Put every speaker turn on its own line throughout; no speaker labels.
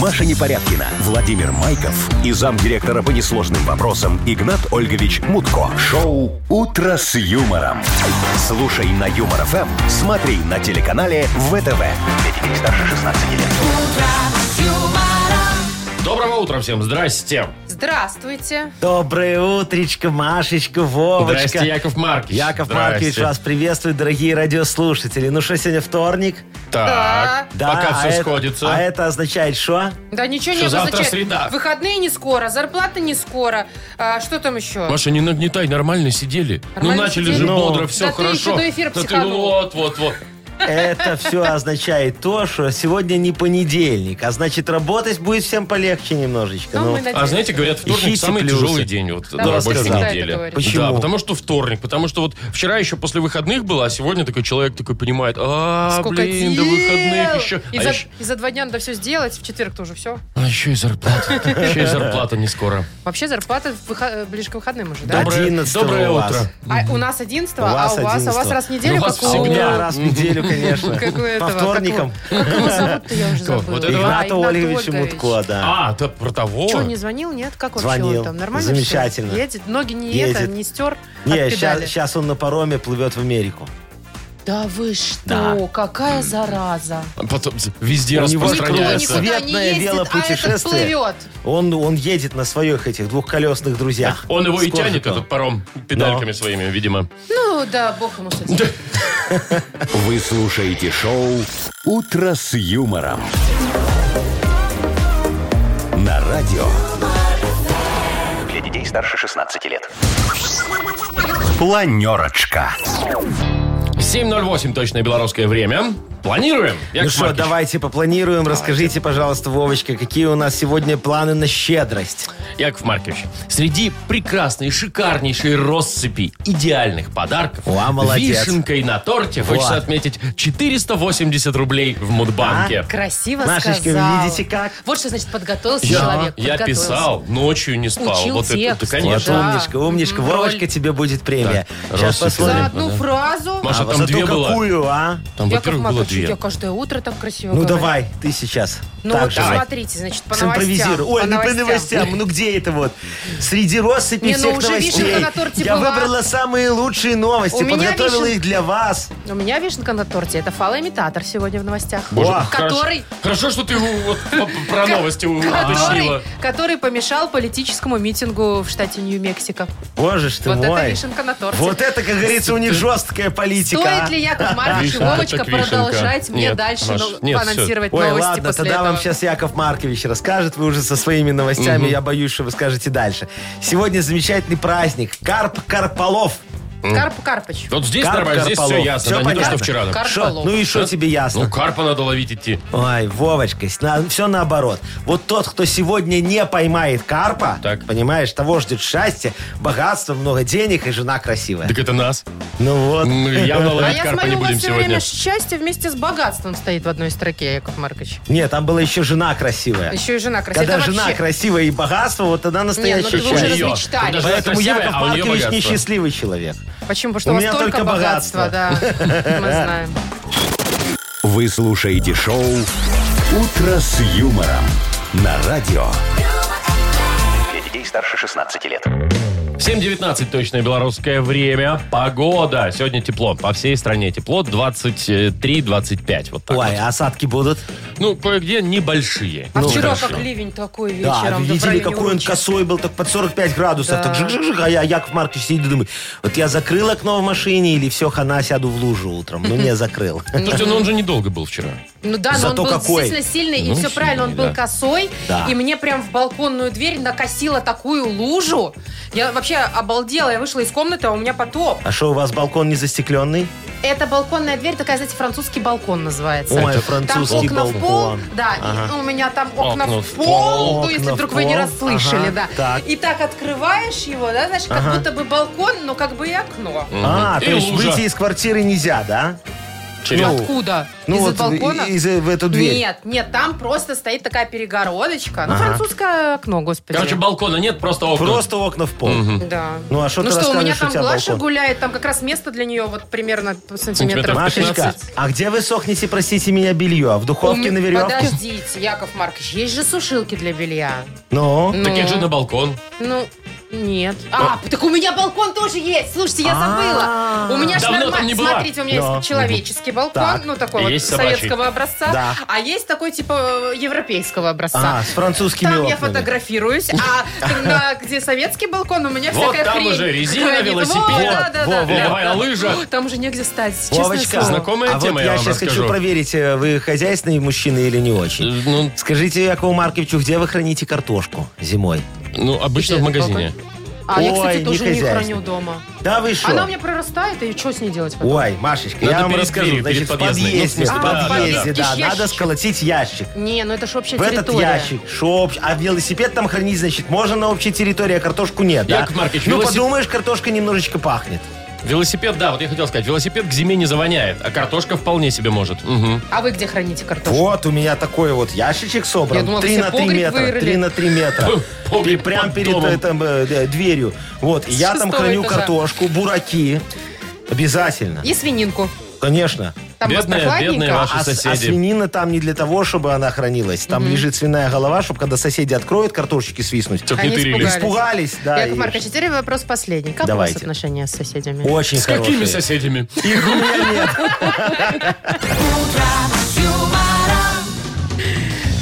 Маша Непорядкина, Владимир Майков и замдиректора по несложным вопросам Игнат Ольгович Мутко. Шоу «Утро с юмором». Слушай на Юмор ФМ, смотри на телеканале ВТВ. Для детей старше 16 лет.
Доброго утра всем, здрасте.
Здравствуйте.
Доброе утречко, Машечка, Вовочка.
Здрасте, Яков Маркович.
Яков
Здрасте.
Маркович вас приветствует, дорогие радиослушатели. Ну что, сегодня вторник?
Так, пока
а
все
это-
сходится.
а это означает что?
А, Да ничего
Что,
не
завтра
обозначает.
среда?
Выходные не скоро, зарплата не скоро. А, что там еще?
Маша, не нагнетай, нормально сидели.
Нормально
ну, начали
сидели.
же
Ну.
бодро, все
Да ты
хорошо.
еще до эфира
Да ты
психанул.
вот, вот, вот. А
Это все означает то, что сегодня не понедельник, а значит работать будет всем полегче немножечко.
Ну,
Ну,
мы надеемся.
А знаете, говорят, вторник
Ищите
самый
плюсы.
тяжелый день вот,
Да,
на
вот
рабочей
всегда это
неделе.
говорят.
Почему?
Да, потому что вторник, потому что вот вчера еще после выходных было, а сегодня такой человек такой понимает, а,
Сколько
блин, до
дел!
выходных еще.
И,
а
за,
еще-
и за два дня надо все сделать, в четверг тоже все.
а еще и зарплата. Еще и зарплата не скоро.
Вообще зарплата в выхо- ближе к выходным уже, да?
Да.
Доброе-
11
Доброе
у вас.
утро.
А у нас 11,
У
а
вас
у вас, а у вас
11.
раз в неделю,
Ну, у вас
как
а у
всегда.
меня раз в неделю, конечно.
Как у этого,
По
как у-
вторникам.
Как его зовут-то, я уже
Кто?
забыла.
Вот этого?
Да, Игнат
Игната Ольговича
Ольгович.
Мутко, да.
А, то про того.
Че, не звонил, нет? Как вообще
Звонил.
он там? Нормально всё?
Замечательно.
Едет? Ноги не
Едет.
это, не стер
Не,
от педали?
сейчас, он на пароме плывет в Америку.
Да вы что?
Да.
Какая зараза.
Потом везде
У него
распространяется.
никто не- Светное
а этот
велопутешествие.
плывет.
Он, он едет на своих этих двухколесных друзьях.
Он его и
Сколько Ну
тянет,
там?
этот паром, педальками своими, видимо.
Ну да, бог ему с этим.
Вы слушаете шоу «Утро с юмором». На радио. Для детей старше 16 лет. Планерочка.
7.08 точное белорусское время. Планируем.
Ну
Яков
что,
Маркович.
давайте попланируем. Расскажите, пожалуйста, Вовочка, какие у нас сегодня планы на щедрость?
Яков Маркович, среди прекрасной, шикарнейшей россыпи идеальных подарков
О, молодец.
вишенкой на торте хочется отметить 480 рублей в
А,
Мудбанке.
Красиво
Машечка, вы
сказал.
видите как?
Вот что значит подготовился
Я,
человек.
я
подготовился.
писал, ночью не спал.
Учил
вот это,
текст.
да, конечно.
Вот он.
Умничка, умничка.
М,
Вовочка,
роль.
тебе будет премия.
Так,
Сейчас
Россыпь.
посмотрим.
За одну фразу.
Маша,
А вот
там
зато
две было.
какую, а?
Там,
Яков
во-первых, было
Маркович, я
две.
каждое утро так красиво
Ну
говорю.
давай, ты сейчас.
Ну
Так
вот
же.
смотрите, значит, по
Симпровизируй.
новостям.
Ой,
по
ну по новостям, ну где это вот? Среди россыпи
Не, ну
всех
уже
новостей.
вишенка на торте
Я
была.
выбрала самые лучшие новости,
У меня
подготовила
вишен-
их для вас.
У меня вишенка на торте. Это фалоимитатор сегодня в новостях.
Боже,
О,
хорошо-
который...
Хорошо, что ты вот по- про новости уточнила.
Который, который помешал политическому митингу в штате Нью-Мексико.
Боже ж ты
вот
мой.
это вишенка на торте.
Вот это, как говорится, у них жесткая политика. а.
Стоит ли Яков Маркович и
Вишенка,
Вовочка
так вишенка.
продолжать мне
Нет,
дальше
Маш,
ну,
нет,
анонсировать
Ой,
новости
ладно,
после
тогда вам
этого?
сейчас Яков Маркович расскажет. Вы уже со своими новостями, я боюсь, что вы скажете дальше. Сегодня замечательный праздник. Карп Карполов.
Карп Карпыч.
Вот здесь
Карп
нормально, здесь все
Карполов.
ясно.
Всё
да, не то,
понятно.
что вчера. да.
Карп
Шо?
Карполов.
Ну и что тебе ясно?
Ну, карпа надо ловить идти.
Ой, Вовочка, с- на- все наоборот. Вот тот, кто сегодня не поймает карпа,
Так.
понимаешь, того ждет счастье, богатство, много денег и жена красивая.
Так это нас.
Ну вот.
Мы явно
А
ловить
я
карпа
смотрю,
не
у вас
будем
все
сегодня.
время счастье вместе с богатством стоит в одной строке, Яков Маркович.
Нет, там была еще жена красивая.
Еще и жена красивая.
Когда
Это
жена
вообще-
красивая и богатство, вот тогда
Не, ну
настоящее
ты вы уже
счастье.
Её.
размечтали.
Даже-
Поэтому
красивая,
Яков
а у неё
Маркович
богатство.
несчастливый человек.
Почему? Потому что
У
у вас
меня
только
только
богатство,
богатство. Ну,
да. Мы знаем.
Вы слушаете шоу «Утро с юмором» на радио. Для детей старше 16 лет.
7.19 точное белорусское время. Погода. Сегодня тепло. По всей стране тепло. 23-25. Вот так.
Ой, осадки будут.
Ну, кое-где небольшие.
А
Ну,
вчера
хорошо.
как ливень такой
Да,
вечером.
вы
да, в
видели,
районе
какой он
Уруча.
косой был, так под 45 градусов.
Да.
Так жик-жик-жик, а я, Яков Маркович сидит и думает, вот я закрыл окно в машине или все, хана, сяду в лужу утром. Ну, не закрыл.
Слушайте, ну он же недолго был вчера.
Ну да, но он
Зато
был
какой.
действительно сильный, и
Ну,
все
сильный,
правильно, он
да.
был косой.
Да.
И мне прям в балконную дверь накосило такую лужу. Я вообще обалдела, я вышла из комнаты, а у меня потоп.
А что, у вас балкон не застекленный?
Это балконная дверь, такая, знаете, французский балкон называется.
Ой,
Там
французский
окна в пол,
балкон.
да, и
Ага.
у меня там окна,
Окна
в
в
пол,
пол,
ну, если
окна в
вдруг вы не
пол,
расслышали,
ага,
да.
так.
И так открываешь его, да, знаешь, как
Ага.
будто бы балкон, но как бы и окно.
А,
И
то есть
лужа.
выйти из квартиры нельзя, да?
Через-
Ну,
Откуда?
Ну,
Из-за
вот
балкона?
и- из-за в эту дверь.
Нет, нет, там просто стоит такая перегородочка. Ну, французское окно, господи.
Короче, балкона нет, просто окна.
Просто окна в пол.
Да.
Ну, а что
ну
ты
что, у меня
расскажешь,
там
у тебя
Глаша
балкон?
гуляет, там как раз место для нее вот примерно
Сантиметров
сантиметров.
Машечка,
15.
а где вы сохнете, простите меня, белье? А в
У
духовке
меня-
на веревке?
Подождите, Яков Маркович, есть же сушилки для белья.
Ну,
Так
Ну.
их же на балкон.
Ну, нет. А, так у меня балкон тоже есть. Слушайте, я
А-а-а.
забыла. У меня же
Давно там
нормально.
не была.
Смотрите, у меня
А. Да.
есть человеческий балкон,
Так.
ну такой
И
вот
есть собачий.
советского
Да.
образца. А есть такой типа э, европейского
а,
образца.
с французскими
Там я
окнами.
фотографируюсь, а на- где советский балкон, у меня
Вот
всякая
там
хрень.
уже резина,
хранит.
велосипед.
Вот, да, да,
Во,
да,
во,
да,
давай,
да.
а лыжа?
Ух, Там уже негде стать, честное
Вовочка,
слово.
Знакомая
а
тема,
вот
я
я
вам
сейчас хочу
расскажу.
проверить, э, вы хозяйственные мужчины или не
Э,
очень.
Ну,
Скажите, Якову Марковичу, где вы храните картошку зимой?
ну, обычно в
Где?
магазине.
А я,
Ой,
кстати,
не
тоже не
хозяйство.
храню дома.
Да вы что?
Она у меня прорастает, и что с ней делать потом?
Ой, Машечка,
Надо
я вам
перед
расскажу.
дверью,
Значит,
перед
в
подъездной.
подъезде,
Ну, в
в
смысле,
подъезде,
да,
да,
да.
надо сколотить ящик.
Не, ну это же общая
В этот
территория.
ящик, шо общ- а велосипед там хранить, значит, можно на общей территории, а картошку нет, да?
Яков Маркович,
Ну,
велосип-
подумаешь, картошка немножечко пахнет.
Велосипед, да, вот я хотел сказать, велосипед к зиме не завоняет, а картошка вполне себе может. Мгм.
А вы где храните картошку?
Вот у меня такой вот ящичек собран.
Я думала,
три
все
на три
погреб
метра.
вырыли.
Три на три метра. И
Погреб
прям
под
перед
домом.
э, там, э, э, дверью. Вот. И
С
я там
шестого
храню
этажа.
картошку, бураки. Обязательно.
И свининку.
Конечно.
Там у вас
Бедная,
прохладненько.
бедная ваша.
А, с- а
соседи.
свинина там не для того, чтобы она хранилась. Там лежит свиная голова, чтобы когда соседи откроют картошечки свиснуть.
Чтоб не
а Они
тырили.
испугались.
Испугались, да.
Яков
и-
Маркович, а теперь вопрос последний. Как
Давайте.
у вас отношения с соседями?
Очень
С какими
хорошие.
соседями?
Их у меня нет.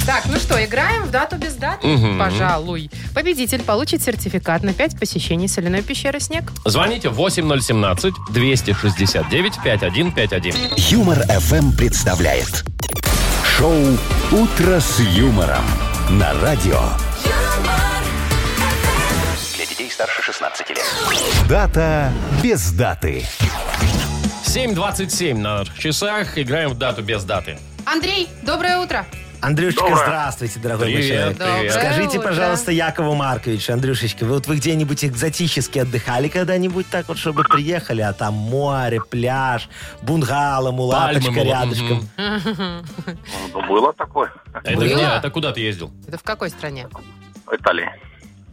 Так, ну что, играем в дату без даты? Пожалуй. Победитель получит сертификат на 5 посещений соляной пещеры «Снег».
Звоните 8017 269 5151.
Юмор FM представляет шоу Утро с юмором на радио.
Для детей старше 16 лет.
Дата без даты.
7.27 на наших часах. Играем в дату без даты.
Андрей, доброе утро.
Андрюшечка, здравствуйте, дорогой мой человек.
привет. Доброе
Скажите,
утро.
пожалуйста, Якову Марковичу, Андрюшечка, вы вот вы где-нибудь экзотически отдыхали когда-нибудь так вот, чтобы приехали, а там море, пляж, бунгало, мулаточка
мула,
рядышком.
Ну, было такое.
Это
Было?
где? Это куда ты ездил?
Это в какой стране?
Италия.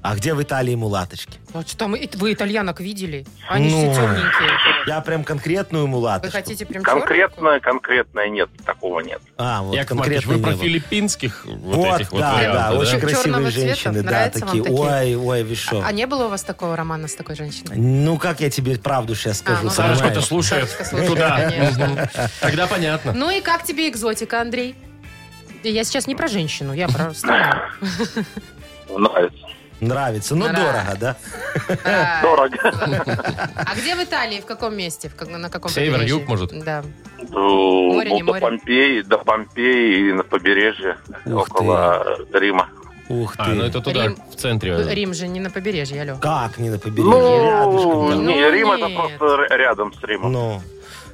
А где в Италии мулаточки?
Вот что мы, вы итальянок видели? Они
Ну.
все темненькие.
Я прям конкретную
Вы
мулаточку.
хотите прям чёрненькую?
Конкретно, конкретное нет, такого нет.
А, вот
Яков Маркович,
конкретно
вы про
не было.
филиппинских вот,
Вот,
этих вот
да, да,
вариантов,
очень
да?
красивые
Черного цвета?
женщины, да,
Нравятся вам
такие.
такие?
Ой, ой, вы шо.
А не было у вас такого романа с такой женщиной?
Ну, как я тебе правду сейчас
А,
скажу,
ну да.
Сарочка-то
понимаешь?
слушает.
Сарочка слушает,
Туда.
конечно.
Мгм. Тогда понятно.
Ну и как тебе экзотика, Андрей? Я сейчас не про женщину, я про страну.
Нравится.
Нравится, но
Нравится.
дорого, да? Э,
А,
Дорого.
А где в Италии? В каком месте? В как- На каком
Север,
побережье?
юг, может?
Да.
Ну,
Море, не
до
море.
Помпеи, до Помпеи и на побережье
Ух ты.
около Рима.
Ух ты.
А, ну это туда,
Рим.
в центре. э,
Рим же не на побережье, алло.
Как не на побережье?
Ну,
Рядышком, да.
не,
Ну,
Рим это
нет.
просто р- рядом с Римом.
Ну,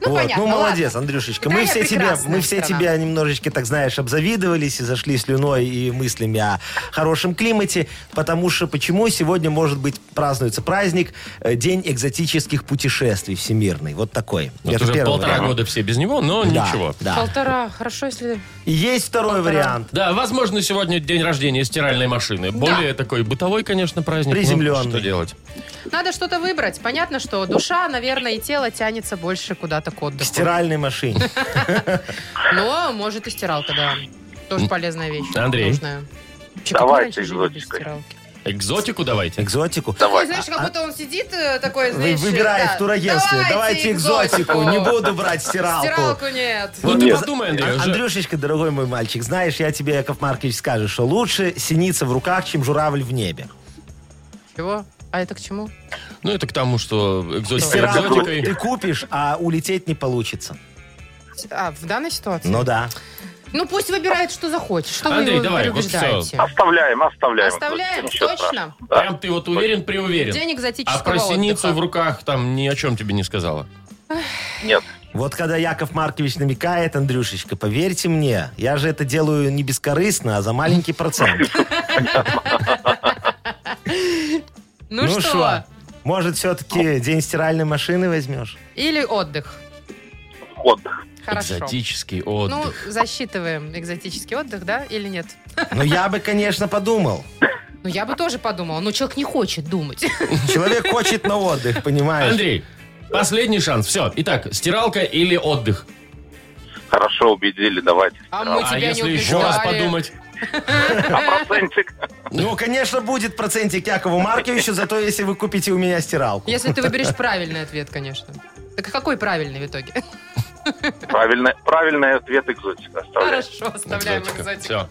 Ну,
вот.
понятно,
ну
ладно.
молодец, Андрюшечка. Мы
Италия
все, тебя,
прекрасная
мы все
страна.
тебя немножечко, так знаешь, обзавидовались и зашли слюной и мыслями о хорошем климате, потому что почему сегодня, может быть, празднуется праздник э, День экзотических путешествий всемирный. Вот такой.
Вот
Это
уже
первый
полтора
вариант.
года все без него, но
Да,
ничего.
Да.
Полтора, хорошо, если...
И есть второй вариант.
Да, возможно, сегодня день рождения стиральной машины. Более такой бытовой, конечно, праздник. но
Приземленный.
Что делать?
Надо что-то выбрать. Понятно, что душа, наверное, и тело тянется больше куда-то к
К
отдыху.
стиральной машине.
Но, может, и стиралка, да. Тоже полезная вещь.
Андрей.
Нужная. Чё, как
Давайте
раньше жили без
экзотикой.
стиралки?
Экзотику давайте.
Экзотику.
Ой, знаешь, как будто он сидит э, такой,
А? Вы
знаешь...
выбирает
да,
в турагентстве. Давайте экзотику. Не буду брать стиралку.
Стиралку нет.
Вот ты
Нет.
подумай, Андрей,
А-
уже.
Андрюшечка, дорогой мой мальчик, знаешь, я тебе, Яков Маркович, скажу, что лучше синица в руках, чем журавль в небе.
Чего? А это к чему?
Ну, это к тому, что экзотика
Стиралку ты
экзотикой.
купишь, а улететь не получится.
А, в данной ситуации?
Ну да.
Ну, пусть выбирает, что захочет. Что
Андрей,
вы его
давай, вот
переубеждаете?
Оставляем, оставляем.
Оставляем?
Ничего
Точно?
страшного. Да.
Прям ты вот уверен, преуверен.
День экзотического
А про синицу
отдыха.
в руках там ни о чем тебе не сказала.
Нет.
Вот когда Яков Маркович намекает, Андрюшечка, поверьте мне, я же это делаю не бескорыстно, а за маленький процент.
Ну, что?
шо, может, все-таки день стиральной машины возьмешь?
Или отдых.
Отдых.
Хорошо.
Экзотический
Ну,
отдых.
засчитываем экзотический отдых, да, или нет?
Ну, я бы, конечно, подумал.
Ну, я бы тоже подумала, но человек не хочет думать.
Человек хочет на отдых,
Ну,
понимаешь?
Андрей,
а-
последний шанс. Все. Итак, стиралка или отдых?
Хорошо, убедили, давайте.
А мы
а
тебя не
если еще раз
убеждали.
подумать?
А процентик?
Ну, конечно, будет процентик Якову Марковичу, зато если вы купите у меня стиралку.
Если ты выберешь правильный ответ, конечно. Так а какой правильный в итоге?
Правильный, правильный ответ экзотика оставляем.
Хорошо, оставляем экзотику.
Все.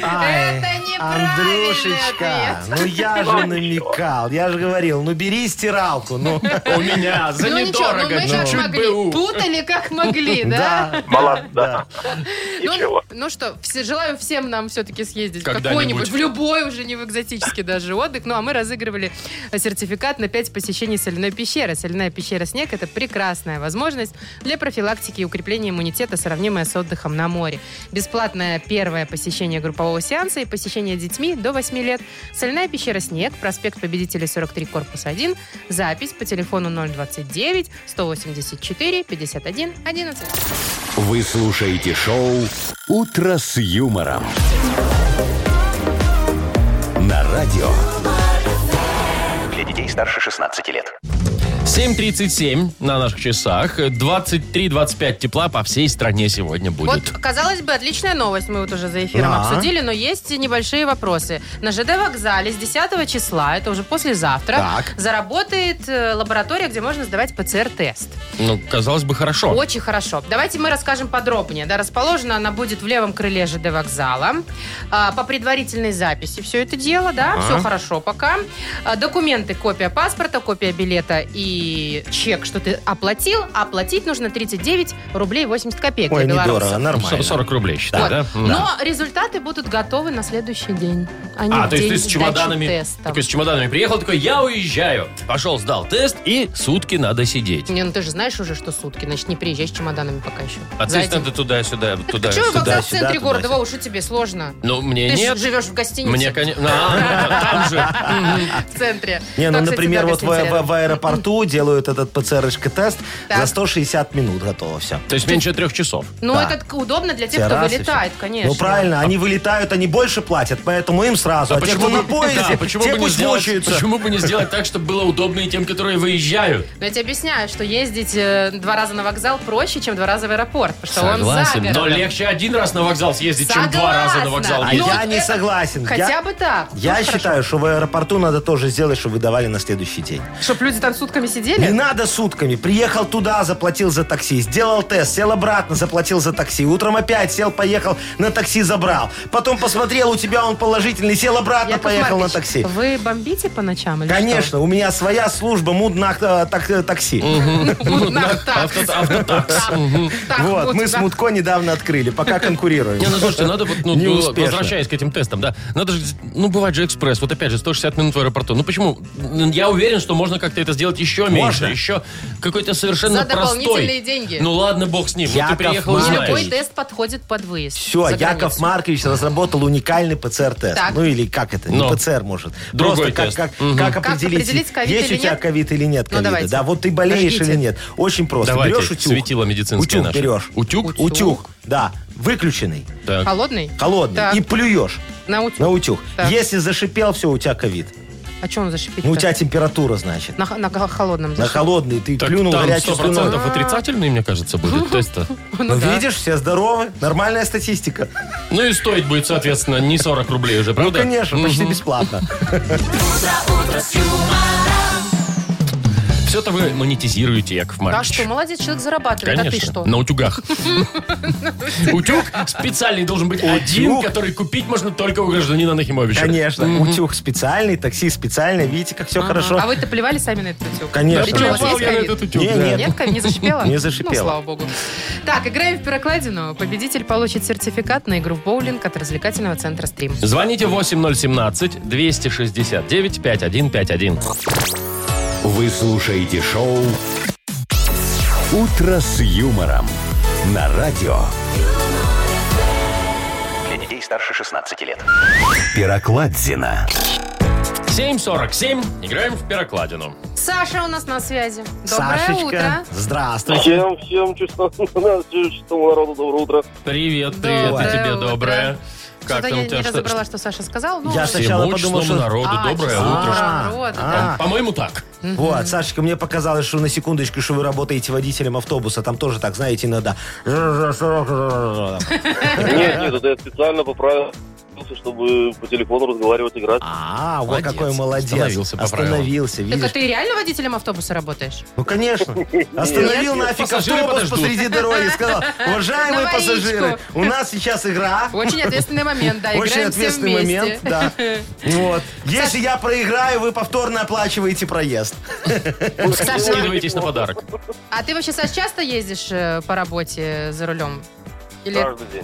Ай,
Это неправильный
Андрюшечка,
ответ.
ну я же намекал, я же говорил, ну бери стиралку, ну.
У меня за
ну ничего, ну
недорого,
мы как
чуть-чуть
могли,
БУ.
путали как могли, да?
Молодца.
Ну,
Ничего.
ну что, все, желаю всем нам все-таки съездить в
Когда-нибудь.
какой-нибудь, в любой уже, не в экзотический даже отдых. Ну а мы разыгрывали сертификат на 5 посещений соляной пещеры. Соляная пещера «Снег» — это прекрасная возможность для профилактики и укрепления иммунитета, сравнимая с отдыхом на море. Бесплатное первое посещение группового сеанса и посещение детьми до 8 лет. Соляная пещера «Снег», проспект Победителей 43, корпус 1. Запись по телефону 029 184 51 11.
Вы слушаете шоу «Утро с юмором». На радио
Для детей старше 16 лет.
7.37 на наших часах. 23-25 тепла по всей стране сегодня будет.
Вот, казалось бы, отличная новость, мы вот уже за эфиром
Да.
обсудили, но есть небольшие вопросы. На ЖД вокзале с 10 числа, это уже послезавтра,
Так.
заработает э, лаборатория, где можно сдавать ПЦР-тест.
Ну, казалось бы, хорошо.
Очень хорошо. Давайте мы расскажем подробнее. Да, расположена она будет в левом крыле ЖД вокзала. А, по предварительной записи все это дело, да,
Ага.
все хорошо пока. А, документы, копия паспорта, копия билета и чек, что ты оплатил. А Оплатить нужно 39 рублей 80 копеек
Ой,
для белорусов.
недорого, нормально.
40 рублей, считай,
Вот. Ну,
да?
Но результаты будут готовы на следующий день. Они
А, то есть
день
ты с
сдачи
чемоданами,
теста.
такой с чемоданами приехал, такой, я уезжаю. Пошел, сдал тест, и сутки надо сидеть.
Не, ну ты же знаешь уже, что сутки, значит, не приезжай с чемоданами пока еще.
А
За
тест
день.
надо туда-сюда,
Так чего
туда-сюда.
вокзал в
сюда,
центре
туда,
города,
сюда.
Вова, что тебе сложно?
Ну, мне
Ты же
нет.
живешь в гостинице.
Мне, конечно... Там же... Мгм.
В центре.
Не,
Да,
ну,
кстати,
например,
да,
вот в,
гостиница рядом.
в- в аэропорту делают этот ПЦР-тест
Так.
за 160 минут готово все.
То есть меньше трех часов.
Ну,
да.
это к- удобно для тех,
Все,
кто
раз и
вылетает,
всё.
конечно.
Ну, правильно, они вылетают, они больше платят, поэтому им сразу. А, те, кто
да,
на поезде,
почему
те
бы не
пусть
сделать,
мучаются.
почему бы не сделать так, чтобы было удобно и тем, которые выезжают?
Но я тебе объясняю, что ездить э, два раза на вокзал проще, чем два раза в аэропорт, потому что он за
но
городом.
легче один раз на вокзал съездить, чем два раза на
Согласна.
вокзал.
А
Ну,
ездить.
я
вот
не
это-
согласен.
Хотя
я
бы так.
я считаю, что в аэропорту надо тоже сделать, чтобы выдавали на следующий день.
Чтобы люди там сутками
Не
сидели?
надо сутками. Приехал туда, заплатил за такси, сделал тест, сел обратно, заплатил за такси. Утром опять сел, поехал, на такси забрал. Потом посмотрел, у тебя он положительный, сел обратно,
Яков
поехал
Маркович,
на такси.
Вы бомбите по ночам или
Конечно, у меня своя служба мудна э, так, э, такси.
что? Мудак, так.
Авто- автотакс.
Так, так,
Вот, мы с
мудак.
Мутко недавно открыли, пока конкурируем.
Не, ну слушайте, надо вот, ну, ну,
Неуспешно.
возвращаясь к этим тестам, да, надо же, ну, бывает же экспресс, вот опять же, 160 минут в аэропорту. Ну, почему? Я уверен, что можно как-то это сделать еще меньше, еще какой-то совершенно
За
простой.
дополнительные деньги.
Ну, ладно, бог с ним, ну, ты
Яков
приехал и
Не
Маркович.
знаешь.
любой тест подходит под выезд.
Все,
за
а Яков
границу.
Маркович разработал уникальный ПЦР-тест.
Так.
Ну или как это?
Ну.
Не ПЦР, может.
Другой
Просто как-
тест.
как,
Мгм.
как
Как
определить,
определить, ковид
есть
или
у тебя
нет?
ковид или нет
Ну,
ковида.
давайте.
Да, вот ты болеешь
Подождите.
или нет. Очень просто.
Давайте,
Берешь утюг.
светило медицинское
Утюг
наше.
берешь.
Утюг?
Утюг. Да. Выключенный.
Так.
Холодный?
Холодный.
Так.
И плюешь
На утюг.
на утюг.
Так.
Если зашипел, все, у тебя ковид.
А что он зашипит?
Ну, у тебя температура, значит.
на, х- на х- холодном
На
зашипит?
холодный ты
Так
плюнул
там
горячую слюну.
100% отрицательный, мне кажется, будет тест
Ну,
Ну,
да.
видишь, все здоровы. Нормальная статистика.
Ну и стоить будет, соответственно, не 40 рублей уже, правда?
Ну, Конечно, почти
Мгм.
бесплатно.
Все-то вы монетизируете, Яков
А
Маркович.
что, молодец, человек зарабатывает, а ты
Конечно,
что?
на
Ну,
утюгах. Утюг специальный должен быть один,
Утюг.
который купить можно только у гражданина Нахимовича.
Конечно. Утюг специальный, такси специальное. Видите, как все хорошо.
А вы-то плевали сами на этот утюг?
Да
Конечно.
И чё, у вас
плевал
есть
я на
ковид?
этот утюг.
Не,
да.
не.
Нет, ковид не зашипела?
Не зашипела.
Ну, слава богу. Так, играем в перекладину. Победитель получит сертификат на игру в боулинг от развлекательного центра «Стрим».
Звоните 8017-269-5151.
вы слушаете шоу «Утро с юмором». На радио
Для детей старше 16 лет.
Пирокладзина.
7.47. Играем в пирокладину.
Саша у нас на связи. Доброе
Сашечка,
утро.
здравствуйте.
Всем, всем честному народу доброе утро.
Привет, привет,
Доброе
и тебе
утро.
доброе. Как
Что-то
там
я
у тебя?
не
что-
разобрала, что Саша сказал. Ну,
Я
ладно.
Всему
сначала подумал,
честному
что-
народу
А,
доброе
честному
утро.
А,
народу, да.
а.
По-моему, так.
Вот, Сашечка, мне показалось, что на секундочку, что вы работаете водителем автобуса. Там тоже так, знаете, иногда.
Нет, нет, это я специально поправил, чтобы по телефону разговаривать, играть.
А, вот
Молодец.
какой молодец.
Остановился, поправил.
Остановился,
Так а
видишь?
ты реально водителем автобуса работаешь?
Ну, конечно. Остановил нафиг
Пассажиры
автобус
подождут.
посреди дороги. и Сказал, уважаемые
На водичку.
пассажиры, у нас сейчас игра.
Очень ответственный момент, да,
Очень
играем все
ответственный момент,
вместе.
да. Вот. Если я проиграю, вы повторно оплачиваете проезд.
Саша,
Скидывайтесь на подарок.
а ты вообще, Саш, часто ездишь э, по работе за рулем? Или
Каждый день.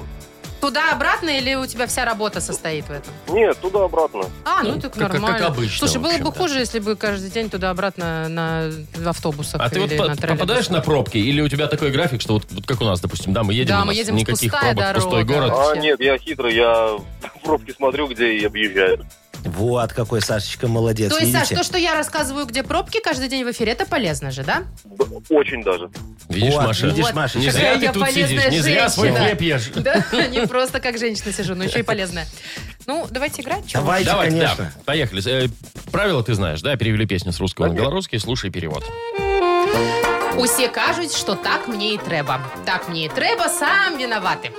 туда-обратно, или у тебя вся работа состоит в этом?
Нет, туда-обратно.
А,
Ну,
ну, так
как- как
нормально.
обычно, в
Слушай, было
общем,
бы
да.
хуже, если бы каждый день туда-обратно на автобусах
А ты вот
или
по-
на троллейбусах.
попадаешь на пробки, или у тебя такой график, что вот, вот как у нас, допустим, да, мы едем,
Да,
у
мы
нас
едем,
никаких
пустая
пробок, пустой
дорога.
город.
А,
Вообще.
нет, я хитрый, я в пробке смотрю, где и объезжаю.
Вот какой Сашечка молодец.
То есть, Саш,
видите?
то, что я рассказываю, где пробки каждый день в эфире, это полезно же, да?
Б- Очень даже.
Видишь,
Вот,
Маша?
видишь,
Вот.
Машечка?
Не
Какая
зря ты
я
тут
полезная
сидишь, не зря свой
женщина.
хлеб ешь.
Да, не просто как женщина сижу, но еще и полезная. Ну, давайте играть. чё?
Давайте,
Давайте,
конечно.
да, поехали. Э, правила ты знаешь, да? Перевели песню с русского на белорусский, слушай перевод.
Усе кажуть, що так мені і треба. Так мені і треба, сам виновати.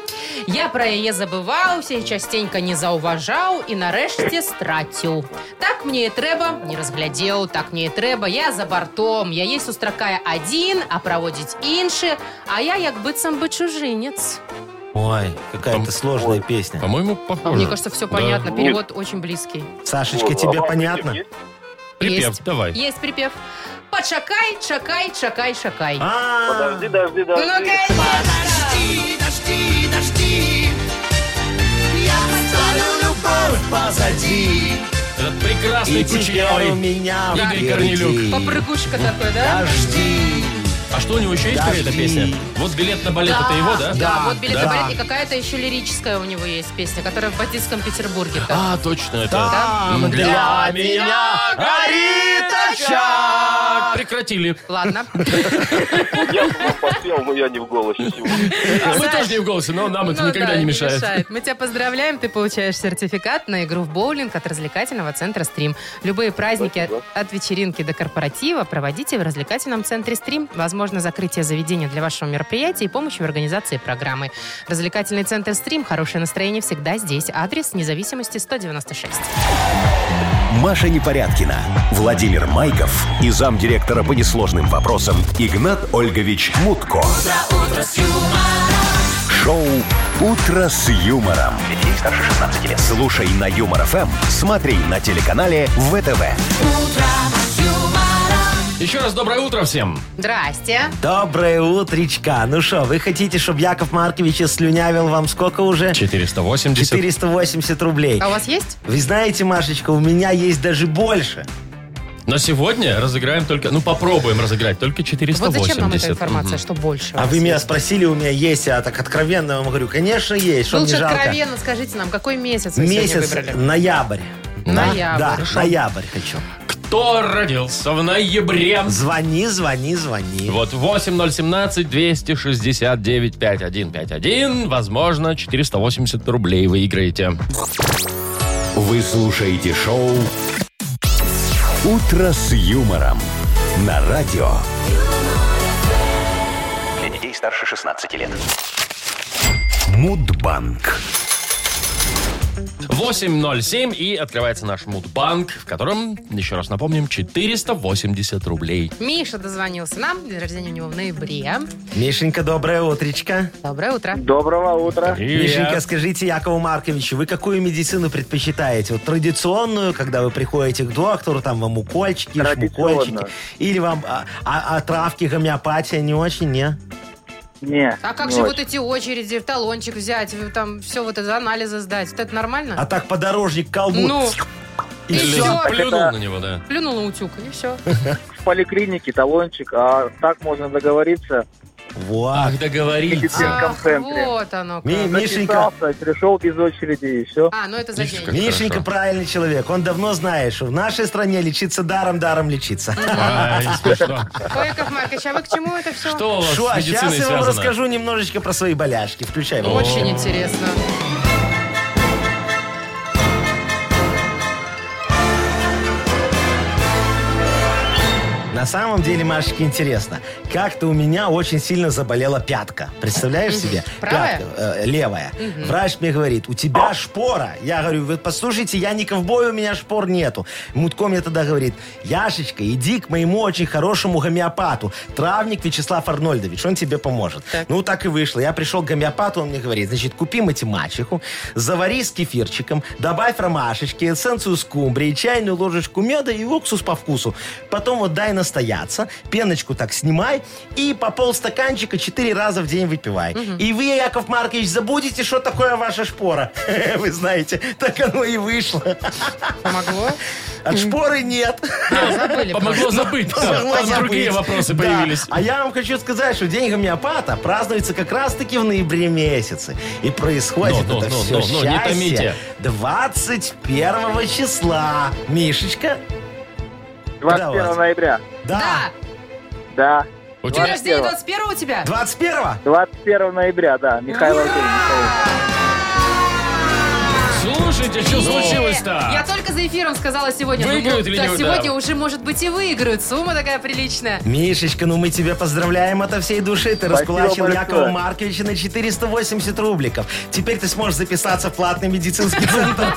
Я про яе забываўся і частенька не заўважаў і нарэшце страціў. Так мне і трэба, не разглядзеў, так мне і трэба, я за бартом, яе сустракае адзін, а праводзіць іншы, а я як быццам бы чужынец.
Ой,
Там-
какая-то сложная песня.
По-моему,
А
похоже.
Мне кажется, все понятно,
Нет.
перевод очень близкий.
Сашечка,
а
тебе понятно?
Припев,
Есть.
давай.
Есть припев. Почакай, чакай, чакай, чакай.
А,
Подожди, подожди,
Ну,
подожди.
конечно!
Этот прекрасный кучерявый.
меня
Игорь
впереди.
Корнелюк.
Попрыгушка такой, да?
Жди.
А что, у него еще есть какая-то
Подожди.
песня? Вот билет на балет, это его, да?
Да, вот билет
да.
на балет, и какая-то еще лирическая у него есть песня, которая в Бандитском Петербурге.
А, точно, это...
Там для меня горит очаг.
Прекратили.
Ладно.
Я бы подпел, но я не в голосе сегодня.
А мы тоже не в голосе, но нам это
Ну
никогда
да,
не мешает.
Мы тебя поздравляем, ты получаешь сертификат на игру в боулинг от развлекательного центра «Стрим». Любые праздники от, от вечеринки до корпоратива проводите в развлекательном центре «Стрим». Возможно, закрытие заведения для вашего мероприятия и помощь в организации программы. Развлекательный центр «Стрим». Хорошее настроение всегда здесь. Адрес независимости 196.
Маша Непорядкина, Владимир Майков и замдиректора по несложным вопросам Игнат Ольгович Мутко. Шоу Утро с юмором. Детей старше 16 лет. Слушай на юмор ФМ, смотри на телеканале ВТВ.
Еще раз доброе утро всем.
Здрасте.
Доброе утречка. Ну что, вы хотите, чтобы Яков Маркович слюнявил вам сколько уже?
480.
480 рублей.
А у вас есть?
Вы знаете, Машечка, у меня есть даже больше.
Но сегодня разыграем только... Ну, попробуем разыграть только 480.
Вот зачем нам эта информация,
Мгм.
что больше? у
А
вас
вы меня
есть?
спросили, у меня есть, я так откровенно вам говорю, конечно, есть, что мне
Лучше
жалко.
откровенно скажите нам, какой месяц вы
Месяц
сегодня выбрали?
ноябрь.
Да?
Да,
Ноябрь.
ноябрь хочу.
Кто родился в ноябре?
Звони, звони, звони.
Вот 8017-269-5151. Возможно, 480 рублей выиграете.
Вы слушаете шоу Утро с юмором на радио.
Для детей старше 16 лет.
Мудбанк.
8.07 и открывается наш мудбанк, в котором, еще раз напомним, 480 рублей.
Миша дозвонился нам, день рождения у него в ноябре.
Мишенька, доброе утречко.
Доброе утро.
Доброго утра.
Мишенька,
Привет.
скажите, Якову Марковичу, вы какую медицину предпочитаете? Вот традиционную, когда вы приходите к доктору, там вам укольчики,
Традиционно.
шмукольчики? Или вам а, а- а травки, гомеопатия не очень, не?
Не.
А как же вот эти очереди, талончик взять, вы там все вот это анализы сдать? Вот это нормально?
А так подорожник колбу.
Ну,
и
и
всё.
всё.
Плюнул на него, да.
Плюнула утюг, и все.
в поликлинике талончик, а так можно договориться
Вот.
Ах, договорились.
Ах,
центре.
вот оно как.
Ми- Мишенька,
Записался, пришел без очереди и все.
А, ну это за
Видишь,
деньги.
как?
Мишенька
Хорошо.
правильный человек. Он давно знает, что в нашей стране лечиться даром, даром лечиться.
Ну, Ай, смешно.
Ой, Яков Маркович, а вы к чему это все?
Что у вас
Шо,
с
а сейчас
медициной
я вам
связано?
расскажу немножечко про свои боляшки. Включай. Вов.
Очень интересно.
На самом деле, Машечка, интересно. Как-то у меня очень сильно заболела пятка. Представляешь себе?
Правая?
Пятка, э, левая. Врач мне говорит, у тебя шпора. Я говорю, вы послушайте, я не ковбой, у меня шпор нету. Мутко мне тогда говорит, Яшечка, иди к моему очень хорошему гомеопату. Травник Вячеслав Арнольдович, он тебе поможет. Ну, так и вышло. Я пришел к гомеопату, он мне говорит, значит, купи математику, завари с кефирчиком, добавь ромашечки, эссенцию скумбрии, чайную ложечку меда и уксус по вкусу. Потом вот дай настояться, пеночку так снимай и по полстаканчика четыре раза в день выпивай. И вы, Яков Маркович, забудете, что такое ваша шпора. Вы знаете, так оно и вышло.
Помогло?
От шпоры нет.
Забыли.
Помогло забыть.
Помогло
Там другие
забыть.
вопросы
Да.
появились.
А я вам хочу сказать, что День гомеопата празднуется как раз-таки в ноябре месяце. И происходит
Ну, ну,
это
ну,
все
ну, ну, не томите.
счастье 21 числа. Мишечка,
21
Давай.
ноября.
да,
Да.
Да.
У
День
тебя
рождения 21 у тебя?
21
21 ноября, да. Михаил Антонович.
Слушайте, что
Я
случилось-то?
только за эфиром сказала сегодня.
Выиграют
Ну,
или
да,
не выиграют?
сегодня уже, может быть, и выиграют. Сумма такая приличная.
Мишечка, ну мы тебя поздравляем ото всей души. Ты раскулачил
большое.
Якова Марковича на 480 рубликов. Теперь ты сможешь записаться в платный медицинский центр.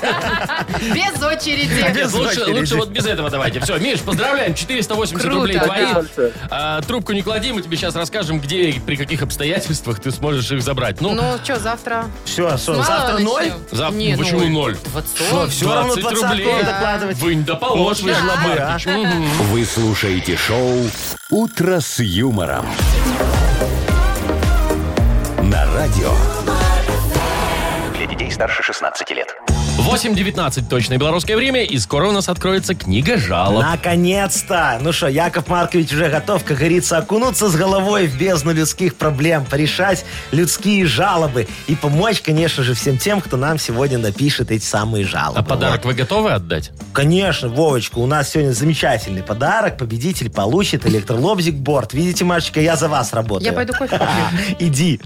Без
А
очереди.
Нет, лучше,
очереди.
лучше вот без этого давайте. Все, Миш, поздравляем. 480
Круто.
рублей твои.
Спасибо большое.
А, трубку не клади, мы тебе сейчас расскажем, где и при каких обстоятельствах ты сможешь их забрать. Ну,
Ну, что, завтра?
Все,
Мало
завтра
начнем?
ноль?
Зав-
Не, ну,
почему ноль?
Что,
20.
все равно
20
20
рублей.
надо докладывать.
вынь да положь, вы же
Да.
Ломаркич. Мгм.
Вы слушаете шоу «Утро с юмором». На радио
Для детей старше 16 лет.
8.19 точное белорусское время, и скоро у нас откроется книга жалоб.
Наконец-то! Ну что, Яков Маркович уже готов, как говорится, окунуться с головой в бездну людских проблем, порешать людские жалобы и помочь, конечно же, всем тем, кто нам сегодня напишет эти самые жалобы.
А подарок
Вот.
вы готовы отдать?
Конечно, Вовочка, у нас сегодня замечательный подарок. Победитель получит электролобзик-борт. Видите, Машечка, я за вас работаю.
Я пойду кофе попью.
А, Иди.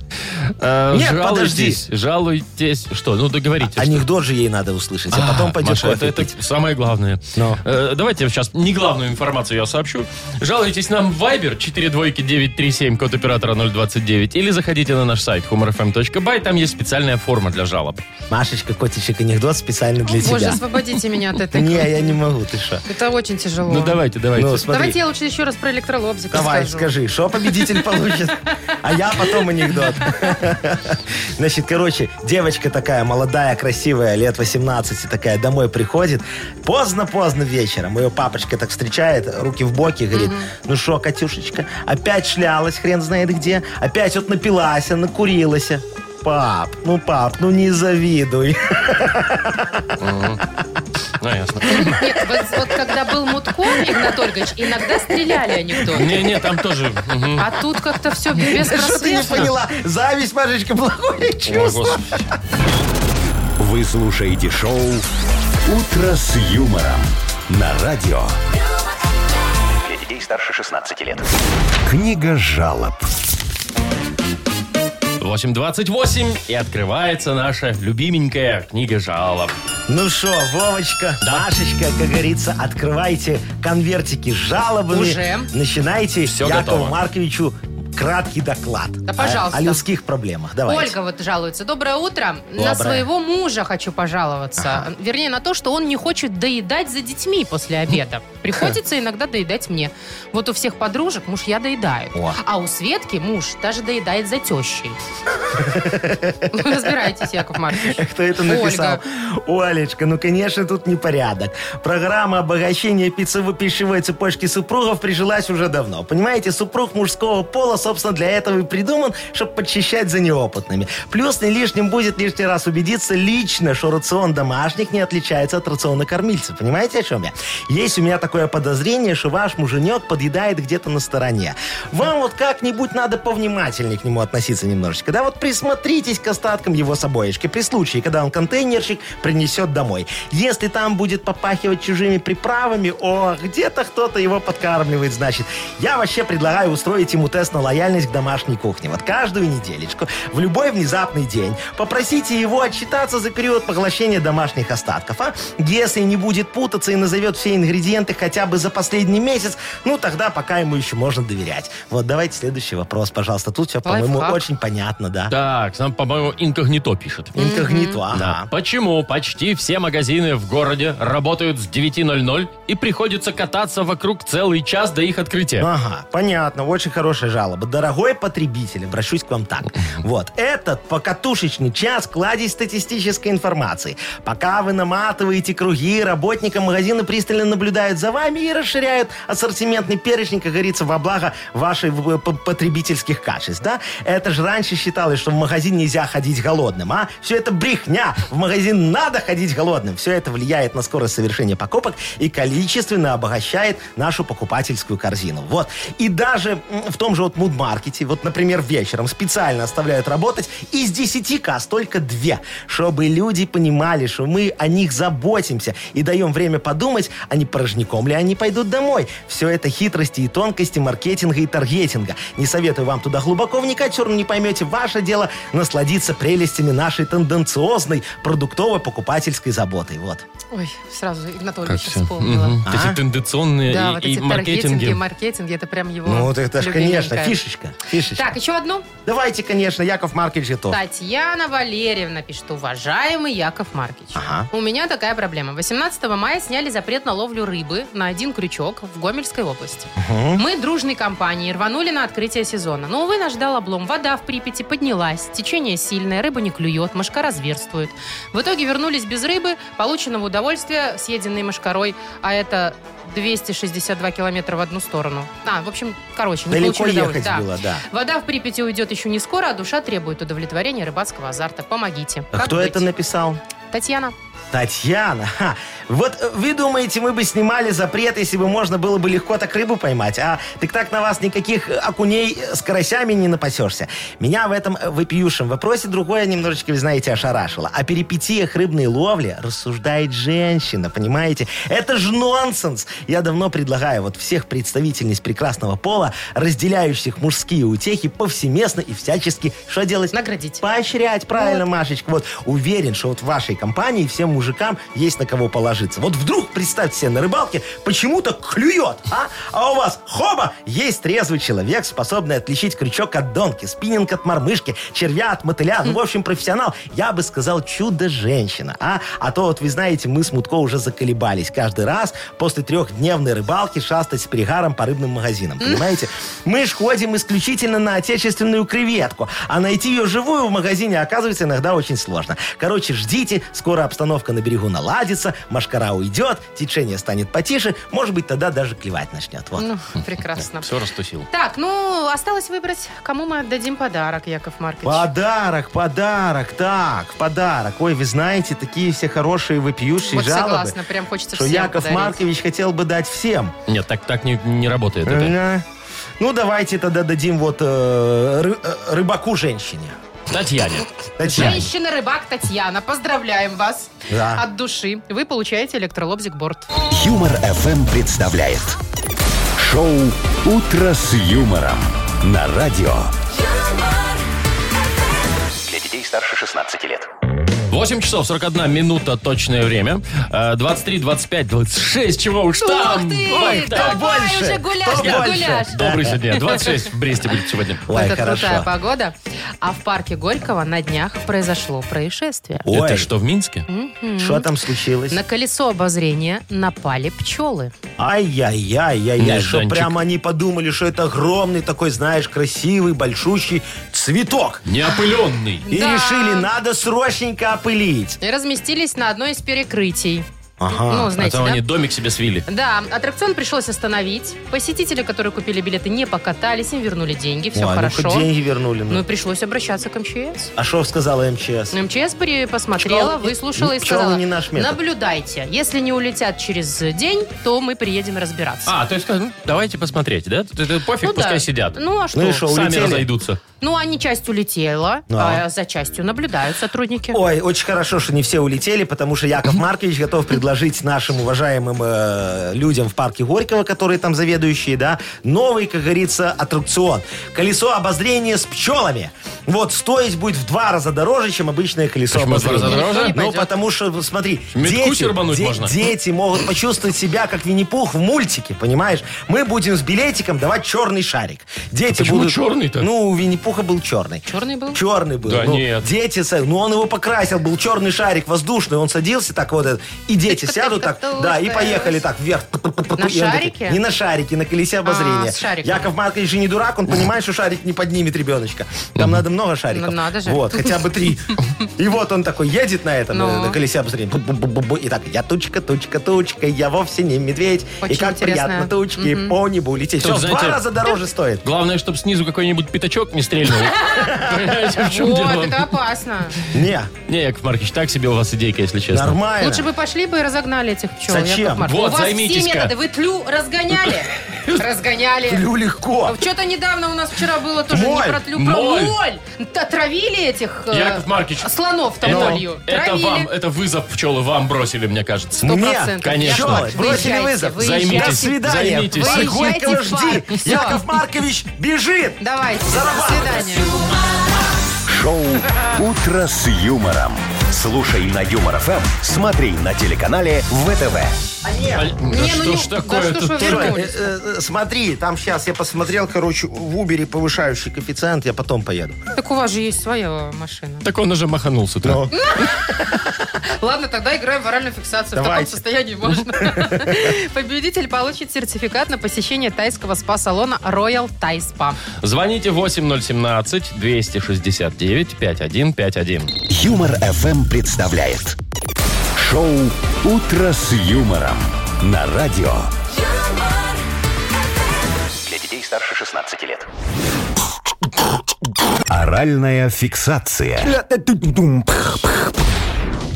Э,
Нет,
жалуйтесь, Жалуйтесь. Что? Ну, договорите. что-
Анекдот же ей надо услышать, а потом пойдет
Маша,
кофе
это, это
пить.
самое главное.
Но.
Э, давайте сейчас не главную информацию я сообщу. Жалуйтесь нам в Viber 42937, код оператора 029, или заходите на наш сайт humorfm.by, там есть специальная форма для жалоб.
Машечка, котичек, анекдот специально для
Боже,
тебя.
освободите меня от этой.
Не, я не могу, ты что?
Это очень тяжело.
Ну, давайте, давайте.
Ну, смотри.
Давайте я лучше еще раз про электролобзик
Давай,
расскажу.
скажи, что победитель получит? А я потом анекдот. Значит, короче, девочка такая молодая, красивая, лет 18, такая домой приходит. Поздно-поздно вечером. Ее папочка так встречает, руки в боки, говорит, ну что, Катюшечка, опять шлялась, хрен знает где. Опять вот напилась, накурилась. Пап, ну пап, ну не завидуй.
Ну, ясно.
Нет, вот, вот когда был Мутко, Игнат Ольгович, иногда стреляли анекдоты.
Не-не, там тоже... мгм.
А тут как-то все
Что ты не
беспросветно.
поняла? Зависть, Машечка, плохое
О,
чувство.
Господи.
вы слушаете шоу «Утро с юмором». На радио
Для детей старше 16 лет.
«Книга жалоб».
8.28, и открывается наша любименькая книга жалоб.
Ну что, Вовочка, Машечка, как говорится, открывайте конвертики с жалобами.
Уже.
Начинайте
Всё
Якову
готово.
Марковичу краткий доклад.
Да, пожалуйста.
О, о людских проблемах. Давайте.
Ольга вот жалуется. Доброе утро.
Доброе.
На своего мужа хочу пожаловаться. Вернее, на то, что он не хочет доедать за детьми после обеда.
Хм.
Приходится иногда доедать мне. Вот у всех подружек муж я доедаю.
О.
А у Светки муж даже доедает за тещей. Разбирайтесь, Яков Маркович.
Кто это написал? Олечка, ну, конечно, тут непорядок. Программа обогащения пиццевой пищевой цепочки супругов прижилась уже давно. Понимаете, супруг мужского пола со собственно, для этого и придуман, чтобы подчищать за неопытными. Плюс не лишним будет лишний раз убедиться лично, что рацион домашних не отличается от рациона кормильца. Понимаете, о чем я? Есть у меня такое подозрение, что ваш муженек подъедает где-то на стороне. Вам вот как-нибудь надо повнимательнее к нему относиться немножечко. Да вот присмотритесь к остаткам его собоечки при случае, когда он контейнерщик принесет домой. Если там будет попахивать чужими приправами, о, где-то кто-то его подкармливает, значит. Я вообще предлагаю устроить ему тест на лояльность к домашней кухне. Вот каждую неделечку, в любой внезапный день, попросите его отчитаться за период поглощения домашних остатков. А если не будет путаться и назовет все ингредиенты хотя бы за последний месяц, ну тогда пока ему еще можно доверять. Вот давайте следующий вопрос, пожалуйста. Тут все, по-моему,
Лайфхак.
очень понятно, да.
Так, нам, по-моему, инкогнито пишет.
Инкогнито,
Да.
ага.
Почему почти все магазины в городе работают с 9.00 и приходится кататься вокруг целый час до их открытия?
Ага, понятно, очень хорошая жалоба. Дорогой потребитель, обращусь к вам так. Вот, этот покатушечный час кладезь статистической информации. Пока вы наматываете круги, работника магазина пристально наблюдают за вами и расширяют ассортиментный перечень, как говорится, во благо ваших э, п- потребительских качеств, да? Это же раньше считалось, что в магазин нельзя ходить голодным, а? Все это брехня. В магазин надо ходить голодным. Все это влияет на скорость совершения покупок и количественно обогащает нашу покупательскую корзину. Вот. И даже м, в том же вот мудмаркете, вот, например, вечером специально оставляют работать из 10 касс только 2, чтобы люди понимали, что мы о них заботимся и даем время подумать, а не порожняком ли они пойдут домой. Все это хитрости и тонкости маркетинга и таргетинга. Не советую вам туда глубоко вникать, все равно не поймете. Ваше дело насладиться прелестями нашей тенденциозной продуктово-покупательской заботой. Вот.
Ой, сразу Игнатольевич
Как все?
вспомнила.
Мгм.
А?
Эти тенденционные
Да,
и,
вот
и
эти таргетинги,
маркетинги.
маркетинги, это прям его
Ну, вот это ж, конечно,
любименькое.
фишечка. Фишечка.
Так, еще одну.
Давайте, конечно, Яков Маркович готов.
Татьяна Валерьевна пишет, уважаемый Яков Маркич,
Ага.
у меня такая проблема. 18 мая сняли запрет на ловлю рыбы на один крючок в Гомельской области. Мы дружной компанией рванули на открытие сезона. Но, увы, нас ждал облом. Вода в Припяти поднялась, течение сильное, рыба не клюет, мошкара зверствует. В итоге вернулись без рыбы, полученного удовольствия, съеденной мошкарой, а это 262 километра в одну сторону. А, в общем, короче, не
Далеко
получили
ехать
удовольствие. Да.
было, да.
Вода в Припяти уйдет еще не скоро, а душа требует удовлетворения рыбацкого азарта. Помогите.
А
Как
Кто
быть?
это написал?
Татьяна.
Татьяна. Ха. Вот э, вы думаете, мы бы снимали запрет, если бы можно было бы легко так рыбу поймать, а так так на вас никаких э, окуней э, с карасями не напасешься. Меня в этом э, вопиющем вопросе другое немножечко, вы знаете, ошарашило. О перипетиях рыбной ловли рассуждает женщина, понимаете? Это же нонсенс. Я давно предлагаю вот всех представительниц прекрасного пола, разделяющих мужские утехи повсеместно и всячески, что делать?
Наградить.
Поощрять, правильно, Машечка. Вот уверен, что вот в вашей компании всем мужикам есть на кого положиться. Вот вдруг, представьте себе, на рыбалке почему-то клюет, а? А у вас, хоба, есть трезвый человек, способный отличить крючок от донки, спиннинг от мормышки, червя от мотыля. Ну, в общем, профессионал. Я бы сказал, чудо-женщина, а? А то вот, вы знаете, мы с Мутко уже заколебались каждый раз после трехдневной рыбалки шастать с перегаром по рыбным магазинам, понимаете? Мы ж ходим исключительно на отечественную креветку, а найти ее живую в магазине оказывается иногда очень сложно. Короче, ждите, скоро обстановка на берегу наладится, машкара уйдет, течение станет потише, может быть, тогда даже клевать начнет. Вот.
Ну, прекрасно.
Все растусил.
Так, ну, осталось выбрать, кому мы отдадим подарок, Яков Маркович.
Подарок, подарок, так, подарок. Ой, вы знаете, такие все хорошие вопиющие
Вот
жалобы,
согласна, прям хочется
что
всем
Яков
подарить.
Маркович хотел бы дать всем.
Нет, так, так не, не работает это.
Ага. Ну, давайте тогда дадим вот э, ры- э, рыбаку женщине.
Татьяне.
Татьяне.
Женщина-рыбак Татьяна, поздравляем вас
Да.
от души. Вы получаете электролобзик борт.
Юмор FM представляет шоу Утро с юмором на радио.
Для детей старше 16 лет.
8 часов 41 минута точное время. Э, 23, 25, 26, чего уж там.
Ух ты!
Ой,
кто
да.
давай
больше?
уже гуляш,
Кто
как
больше?
гуляш.
Добрый сегодня. 26 в Бресте будет сегодня.
Ой,
это крутая
хорошо.
погода. А в парке Горького на днях произошло происшествие.
Ой,
Это что, в Минске?
что там случилось?
М-м. На колесо обозрения напали пчелы.
Ай-яй-яй-яй-яй,
Нет,
что
Данчик.
прямо они подумали, что это огромный такой, знаешь, красивый, большущий цветок.
Неопыленный.
И
Да.
решили, надо срочненько опылить.
И разместились на одной из перекрытий.
Ага.
ну,
А
знаете,
то
да?
они домик себе свили.
Да, аттракцион пришлось остановить. Посетители, которые купили билеты, не покатались, им вернули деньги, все
Ой, ну,
хорошо.
хоть деньги вернули. ну.
Ну и пришлось обращаться к МЧС. Ну,
А что сказала МЧС?
МЧС при- посмотрела,
Пчел-
выслушала и
пчелы
сказала,
не наш метод.
наблюдайте, если не улетят через день, то мы приедем разбираться.
А, то есть, ну, давайте посмотреть, да? Т- т- Пофиг,
Ну да.
пускай сидят.
Ну а что?
Ну и шо?
Сами
улетели?
разойдутся.
Ну, они часть улетела,
Да.
а за частью наблюдают сотрудники.
Ой, очень хорошо, что не все улетели, потому что Яков Маркович готов предложить нашим уважаемым э, людям в парке Горького, которые там заведующие, да, новый, как говорится, аттракцион. Колесо обозрения с пчелами. Вот, стоить будет в два раза дороже, чем обычное колесо
Почему в два раза
обозрения.
дороже?
Никто не
Ну,
пойдет.
потому что, вот смотри,
Метку
дети,
щербануть можно.
дети могут почувствовать себя как Винни-Пух в мультике, понимаешь? Мы будем с билетиком давать черный шарик. Дети
А почему
будут...
черный-то?
Ну, у Винни-Пуха был черный.
Черный был?
Черный был.
Да
ну,
нет.
Дети, со- ну он его покрасил, был черный шарик воздушный, он садился так вот, этот, и дети
Типа
сядут так, да, и поехали так вверх.
На
И он такой,
шарике? А,
Не на шарике, на колесе обозрения.
с шариком.
Яков Маркович же не дурак, он понимает, что шарик не поднимет ребеночка. Там надо много шариков.
Ну, надо же.
Вот, хотя бы три. И вот он такой едет на этом,
Ну.
э, на колесе обозрения. Бу-бу-бу-бу-бу. И так, я тучка, тучка, тучка, я вовсе не медведь. И
Очень
как
интересно.
приятно тучки по небу лететь.
Тут,
Все, в два
знаете,
раза дороже стоит.
Главное, чтобы снизу какой-нибудь пятачок не стрельнул. Понимаете, в чем
Вот, это
дело?
опасно.
Не,
Не, Яков Маркович, так себе у вас идейка, если честно.
нормально.
Лучше бы пошли бы и разогнали этих пчел.
Зачем?
Яков Маркович.
Вот,
У вас все
займитесь-ка.
методы. Вы тлю разгоняли? Разгоняли.
Лю легко.
Что-то А недавно у нас вчера было тоже
Моль.
не про тлю, про
Моль.
моль. Т- Травили этих э,
Яков Маркович,
слонов там молью.
Это, это
Травили.
вам, это вызов пчелы вам бросили, мне кажется. Ну,
Сто
Мне?
процентов.
Конечно.
Яков
Пчелы,
Маркович,
бросили
выезжайте,
вызов.
выезжайте.
До
Займитесь.
свидания.
Займитесь.
Парк
Выезжайте в
Горького жди.
парк. Всё.
Яков Маркович бежит.
Давайте. До свидания.
Шоу «Утро с юмором». Слушай на Юмор ФМ, смотри на телеканале ВТВ.
А, да
не,
что
ну,
ж
да
такое-то
что ж вы
только-
Э,
вернулись?
э, э, Смотри, там сейчас я посмотрел, короче, в Убере повышающий коэффициент, я потом поеду.
Так у вас же есть своя машина.
Так он уже маханул с утра.
Ну.
Ладно, тогда играем в оральную фиксацию.
Давайте.
В таком состоянии можно. Победитель получит сертификат на посещение тайского спа-салона Royal Thai Spa.
Звоните 8017-269-5151.
Юмор ФМ представляет. Шоу «Утро с юмором» на радио.
юмор,
Для детей старше 16 лет.
Оральная фиксация.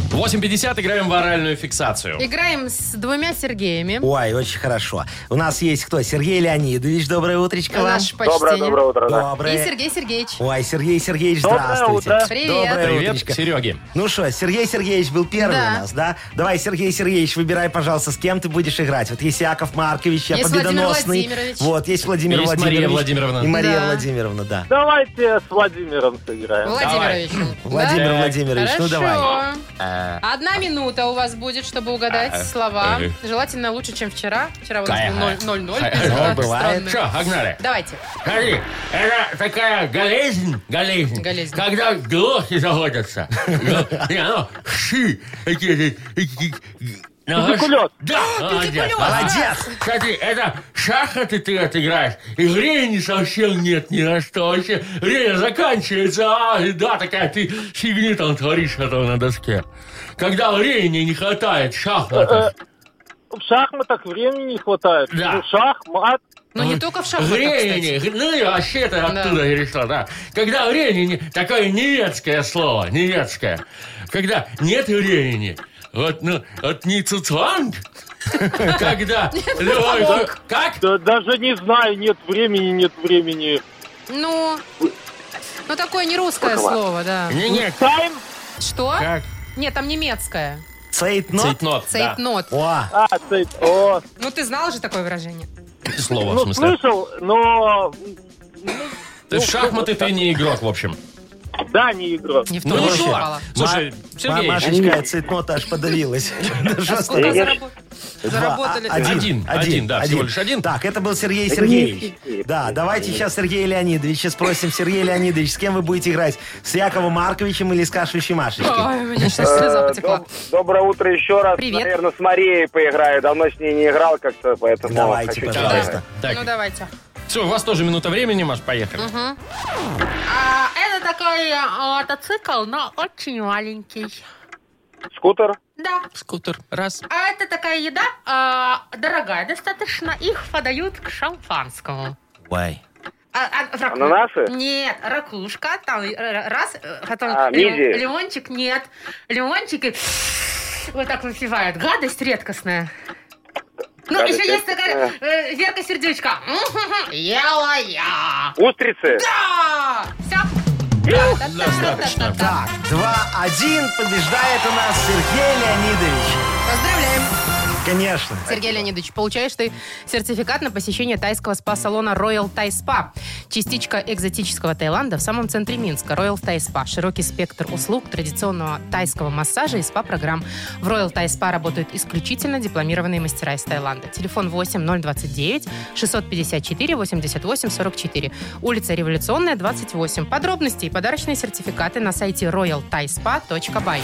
8.50, играем в оральную фиксацию.
Играем с двумя Сергеями.
Ой, очень хорошо. У нас есть кто? Сергей Леонидович, доброе утречко вам.
Наше
Доброе,
почтение.
доброе утро. да.
И
Доброе.
Сергей Сергеевич.
Ой, Сергей Сергеевич,
Доброе
здравствуйте.
утро.
Привет.
Доброе
Привет,
утречко.
Сереге.
Ну что, Сергей Сергеевич был первый
Да.
у нас, да? Давай, Сергей Сергеевич, выбирай, пожалуйста, с кем ты будешь играть. Вот есть Яков Маркович, я
Есть
победоносный.
Владимир Владимирович.
Вот, есть Владимир
Есть
Владимирович.
Мария Владимировна.
И Мария
Да.
Владимировна, да.
Давайте с Владимиром сыграем.
Владимирович. Да?
Владимир
Так.
Владимирович,
Хорошо.
ну давай.
Одна минута у вас будет, чтобы угадать слова.
э.
Желательно лучше, чем вчера. Вчера у нас
Кая.
был ноль- 0-0.
Э,
э,
результат
бывает.
странный.
Что, погнали?
Давайте.
Смотри, это такая болезнь, болезнь,
Болезнь.
когда глохи заводятся. Гл- И оно, ши, эти, эти, эти, ну,
Туберкулез.
Да,
А,
молодец.
Туберкулез.
Молодец!
Кстати, это шахматы ты отыграешь, и времени совсем нет ни на что. Вообще время заканчивается, а и да, такая ты фигни там творишь этого на доске. Когда времени не хватает, шахматы.
В шахматах времени не хватает.
Да.
Ну, шахмат.
Ну, не только в шахматах,
Времени,
кстати.
ну и вообще это оттуда и решила, да. Когда времени, такое немецкое слово, немецкое. Когда нет времени, вот, ну, вот не цуцванг, когда любой... друг- Как?
Да, даже не знаю, нет времени, нет времени.
Ну, ну такое не русское слово, да.
Не, не,
Тайм?
Что?
как?
Нет, там немецкое.
Цейтнот?
Цейтнот, да.
ну, Цейтнот.
О,
А, цейт. О,
Ну, ты знал же такое выражение?
Слово, в
ну,
смысле.
слышал, но...
Ты в
ну,
шахматы ты не игрок, в общем.
Да, не игрок.
Не в
Ну
том
ничего.
попало.
Слушай,
Ма-
Сергей,
Машечка от цейтнота аж подавилась. Да что с
А Сколько
тобой?
зарабо-
Два,
заработали?
а- Один,
Один, один, да, всего лишь один.
Так, это был Сергей
не
Сергеевич.
Сергей.
Да, давайте сейчас Сергея Леонидовича спросим. Сергей Леонидович, с кем вы будете играть? С Яковом Марковичем или с кашляющей Машечкой?
Ой, у меня сейчас слеза
Э,
потекла.
доб- Доброе утро еще раз.
Привет.
Наверное, с Марией поиграю. Давно с ней не играл как-то, поэтому...
Давайте,
хочу
Давай.
пожалуйста.
Ну,
Так,
давайте.
все, у вас тоже минута времени, Маш, поехали.
А, это такой а, мотоцикл, но очень маленький.
Скутер?
Да.
Скутер. Раз.
А это такая еда а, дорогая достаточно. Их подают к шампанскому.
Why?
А- а, рак-
Ананасы?
Нет, ракушка, там э, э, раз, э, потом
А,
лим-
мидии?
лимончик, нет. Лимончик и вот так выпивают. Гадость редкостная. Ну,
Гадость
еще
а
есть такая
редкостная.
э, Верка Сердючка. М-м-м, Ела я.
Устрицы.
Да! Все.
Достаточно.
Так, 2-1 побеждает у нас Сергей Леонидович.
Поздравляем.
Конечно.
Сергей Леонидович, получаешь ты сертификат на посещение тайского спа-салона Royal Thai Spa. Частичка экзотического Таиланда в самом центре Минска. Royal Thai Spa. Широкий спектр услуг традиционного тайского массажа и спа-программ. В Royal Thai Spa работают исключительно дипломированные мастера из Таиланда. Телефон 8 029 654 88 44. Улица Революционная, 28. Подробности и подарочные сертификаты на сайте royalthaispa.by.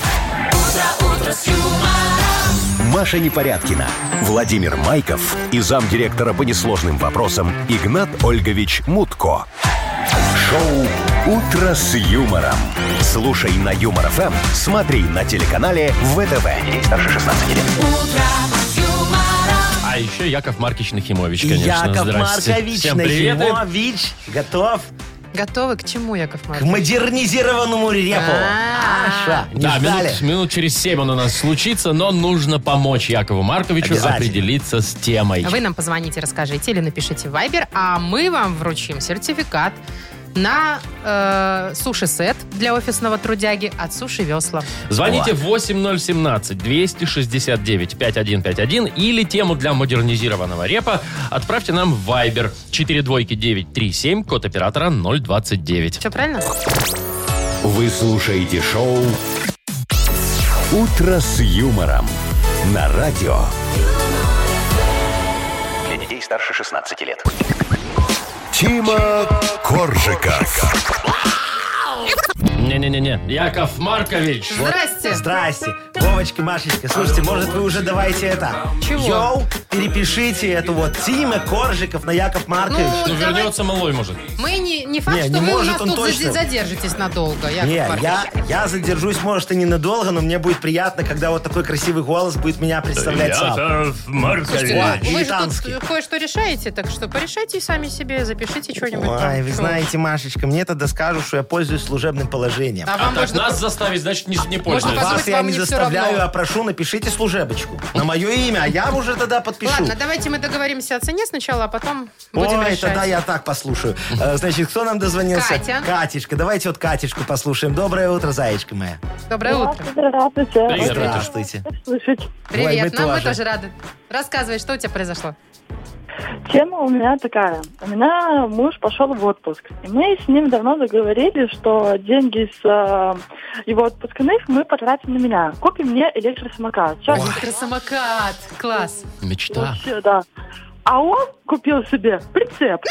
Маша Непорядкина, Владимир Майков и замдиректора по несложным вопросам Игнат Ольгович Мутко. Шоу «Утро с юмором». Слушай на Юмор ФМ, смотри на телеканале ВТВ. Здесь старше 16 лет.
А еще Яков Маркич Нахимович, конечно.
Яков
Здрасте.
Маркович
Всем привет.
Нахимович готов
Готовы к чему, Яков
к
Маркович?
модернизированному репу.
А-а-а.
Аша, не
Да,
ждали?
минут, минут через семь он у нас случится, но нужно помочь Якову Марковичу
Обязательно.
определиться с темой.
А Вы нам позвоните, расскажите или напишите в Viber, а мы вам вручим сертификат на э, суши-сет для офисного трудяги от Суши Весла.
Звоните 8017-269-5151 или тему для модернизированного репа отправьте нам в Viber 42937, код оператора 029.
Все правильно?
Вы слушаете шоу «Утро с юмором» на радио.
Для детей старше 16 лет.
Тима Коржика.
Не-не-не-не, Яков Маркович.
Здрасте!
Здрасте. Вовочка, Машечка, слушайте, может, вы уже давайте это...
Чего?
Йоу, перепишите эту вот Тима Коржиков на Яков Маркович.
Ну,
Ну, давай.
вернется малой, может.
Мы не, не факт,
Не,
что
не
вы у
может
нас
он
тут заде-
точно.
задержитесь надолго, Яков
Не,
Маркович.
я, я задержусь, может, и ненадолго, но мне будет приятно, когда вот такой красивый голос будет меня представлять сам.
Слушайте,
Ой,
ну, вы же
дилетантский.
тут кое-что решаете, так что порешайте сами себе, запишите что-нибудь. там.
Ой, вы знаете, Машечка, мне тогда скажут, что я пользуюсь служебным положением.
А
А
вам
так
можно...
нас заставить, значит, не, не
Можно
пользуется.
вас-
Вас
может,
я
вам
не
не всё
заставляю,
равно.
а прошу, напишите служебочку на мое имя, а я уже тогда подпишу.
Ладно, давайте мы договоримся о цене сначала, а потом будем
Ой,
решать.
тогда я так послушаю. Э, Значит, кто нам дозвонился?
Катя.
Катечка, давайте вот Катечку послушаем. Доброе утро, зайчка моя.
Доброе утро.
Здравствуйте.
Привет,
Очень рада
здравствуйте.
вас слышать.
Ой, мы
Привет, нам мы
тоже.
тоже рады. Рассказывай, что у тебя произошло.
Тема у меня такая. У меня муж пошел в отпуск. И мы с ним давно договорились, что деньги с э, его отпускных мы потратим на меня. Купим мне электросамокат. Сейчас
Электросамокат. Класс.
Мечта.
вообще, да. А он купил себе прицеп.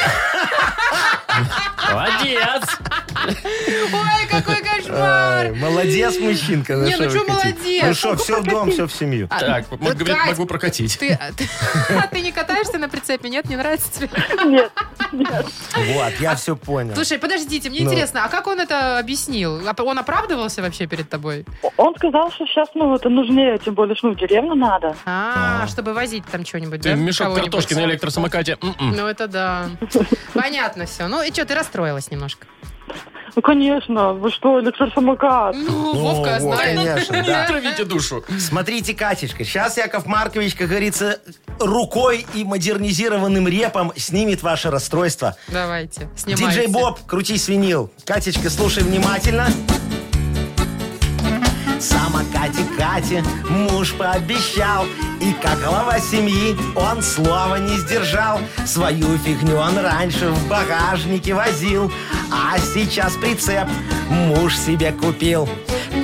Молодец.
Ой, какой
Ай,
кошмар.
Молодец, мужчинка.
Не, ну
что
чё молодец?
Ну что, все в дом, все в семью.
А,
Так,
вот,
могу,
Кать,
могу прокатить.
Ты, а ты- а ты не катаешься на прицепе? Нет, не нравится тебе?
Нет, нет.
Вот, я все понял.
Слушай, подождите, мне
Ну.
интересно, а как он это объяснил? А Он оправдывался вообще перед тобой?
Он сказал, что сейчас, ну, это нужнее, тем более, что ну, в деревню надо.
А, чтобы возить там что-нибудь,
Ты
да?
мешок
кого-нибудь?
картошки на электросамокате. М-м.
Ну, это да. Понятно все. Ну, и что, ты расстроилась немножко?
Ну, конечно, вы что, электросамокат?
Ну,
Ну,
Вовка
вот,
знает.
конечно, да.
Травите душу.
Смотрите, Катечка, сейчас Яков Маркович, как говорится, рукой и модернизированным репом снимет ваше расстройство.
Давайте, снимайте.
Диджей Боб, крути свинил. Катечка, слушай внимательно. Самокате Кате муж пообещал И как глава семьи он слова не сдержал Свою фигню он раньше в багажнике возил А сейчас прицеп муж себе купил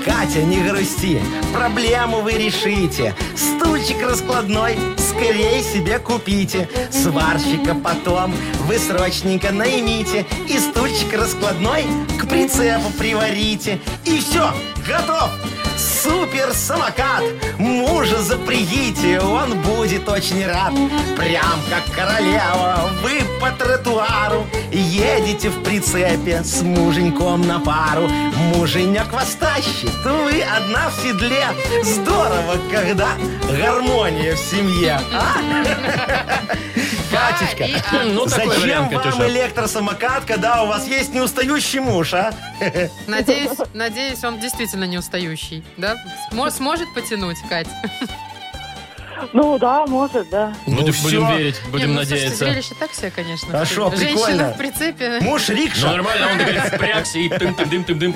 Катя, не грусти, проблему вы решите Стульчик раскладной скорее себе купите Сварщика потом вы срочненько наймите И стульчик раскладной к прицепу приварите И все, готов! супер самокат. Мужа запрягите, он будет очень рад. Прям как королева, вы по тротуару едете в прицепе с муженьком на пару. Муженек вас тащит, вы одна в седле. Здорово, когда гармония в семье. а? Катечка,
А,
Ну, такой
зачем
вариант,
вам
Катюша.
электросамокат, когда у вас есть неустающий муж, а?
Надеюсь, надеюсь, он действительно не устающий, да? Смо- сможет потянуть, Кать?
Ну да, может, да.
Ну,
Ну,
будем
всё.
верить,
Не,
будем
ну, слушайте,
надеяться.
зрелище так себе, конечно.
А шо,
Женщина
прикольно.
в прицепе.
Муж
Ну,
рикша.
нормально, он говорит, впрягся и тым-тым-тым-тым-тым.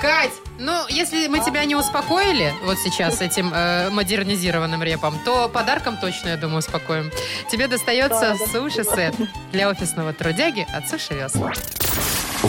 Кать, ну, если мы тебя не успокоили вот сейчас этим э, модернизированным репом, то подарком точно, я думаю, успокоим. Тебе достается суши-сет для офисного трудяги от Суши Весла.
Ну,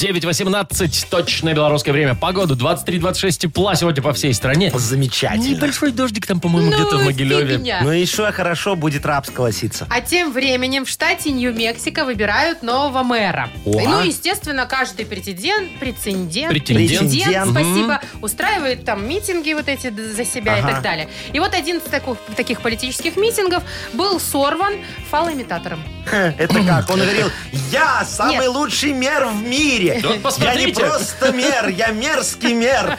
9.18, точное белорусское время. Погода 23-26 тепла сегодня по всей стране.
Замечательно.
Небольшой дождик там, по-моему, где-то в
ты
Могилеве.
меня.
Ну еще хорошо будет раб сколоситься.
А тем временем в штате Нью-Мексико выбирают нового мэра.
О.
а?
Ну, естественно, каждый претендент, претендент,
Претендент.
Претендент.
спасибо, устраивает там митинги вот эти д- за себя и
Ага.
так далее. И вот один из таких, таких политических митингов был сорван фалоимитатором.
Это как? Он говорил, я самый
Нет.
лучший мер в мире.
Да вот
я не
посмотрите.
просто мер, я мерзкий мер.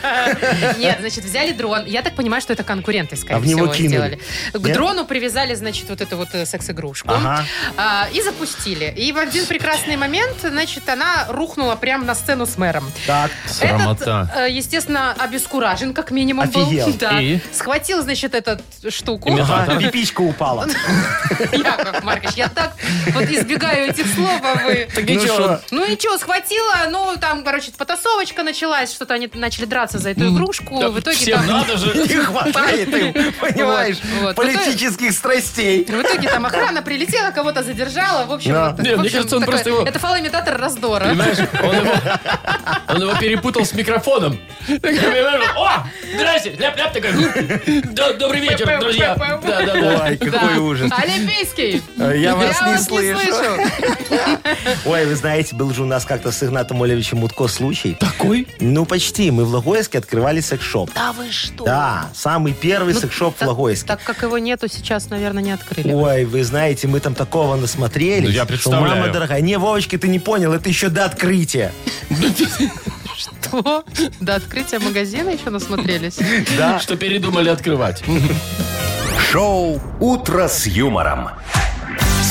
Нет, значит, взяли дрон. Я так понимаю, что это конкуренты, скорее
А в него
всего,
кинули?
сделали. К
Нет?
дрону привязали, значит, вот эту вот э, секс-игрушку.
Ага.
А, и запустили. И в один прекрасный момент, значит, она рухнула прямо на сцену с мэром.
Так.
Срамота.
Этот, э, естественно, обескуражен, как минимум,
Офигел.
был. Да.
И?
Схватил, значит, этот штуку.
Имитатор.
Ага, Пипичка упала.
Яков Маркович, я так вот избегаю этих слов, а вы...
Ну ничего. шо?
Ну ничего, схватила, ну там, короче, потасовочка началась, что-то они начали драться за эту игрушку, Ну, в итоге
Всем
там...
надо же.
Не хватает им, понимаешь,
Вот, вот.
политических страстей.
В итоге там охрана прилетела, кого-то задержала. В общем,
Да.
вот,
Не,
в
мне
общем,
кажется, он
такое-
просто его-
Это фалоимитатор раздора.
Понимаешь, он его, он его перепутал с микрофоном. Так, понимаешь, О, здрасте, ляп-ляп такой. «Д- Добрый вечер, друзья. Да, да, да.
Ой, какой
Да.
ужас.
Олимпийский.
Э, я вас не слышу.
слышу.
Ой, вы знаете, был же у нас как-то с Игнатом Олевичем Мутко случай.
Такой?
Ну, почти. Мы в Логойске открывали секс-шоп. Да вы что? Да, самый первый секс-шоп в
Ну, Так-
Логойске.
Так как его нету, сейчас, наверное, не открыли.
Ой, вы знаете, мы там такого насмотрели.
Ну, я представляю.
мама дорогая. Не, Вовочка, ты не понял, это еще до открытия.
Что? До открытия магазина еще насмотрелись?
Да.
Что передумали открывать.
Шоу «Утро с юмором».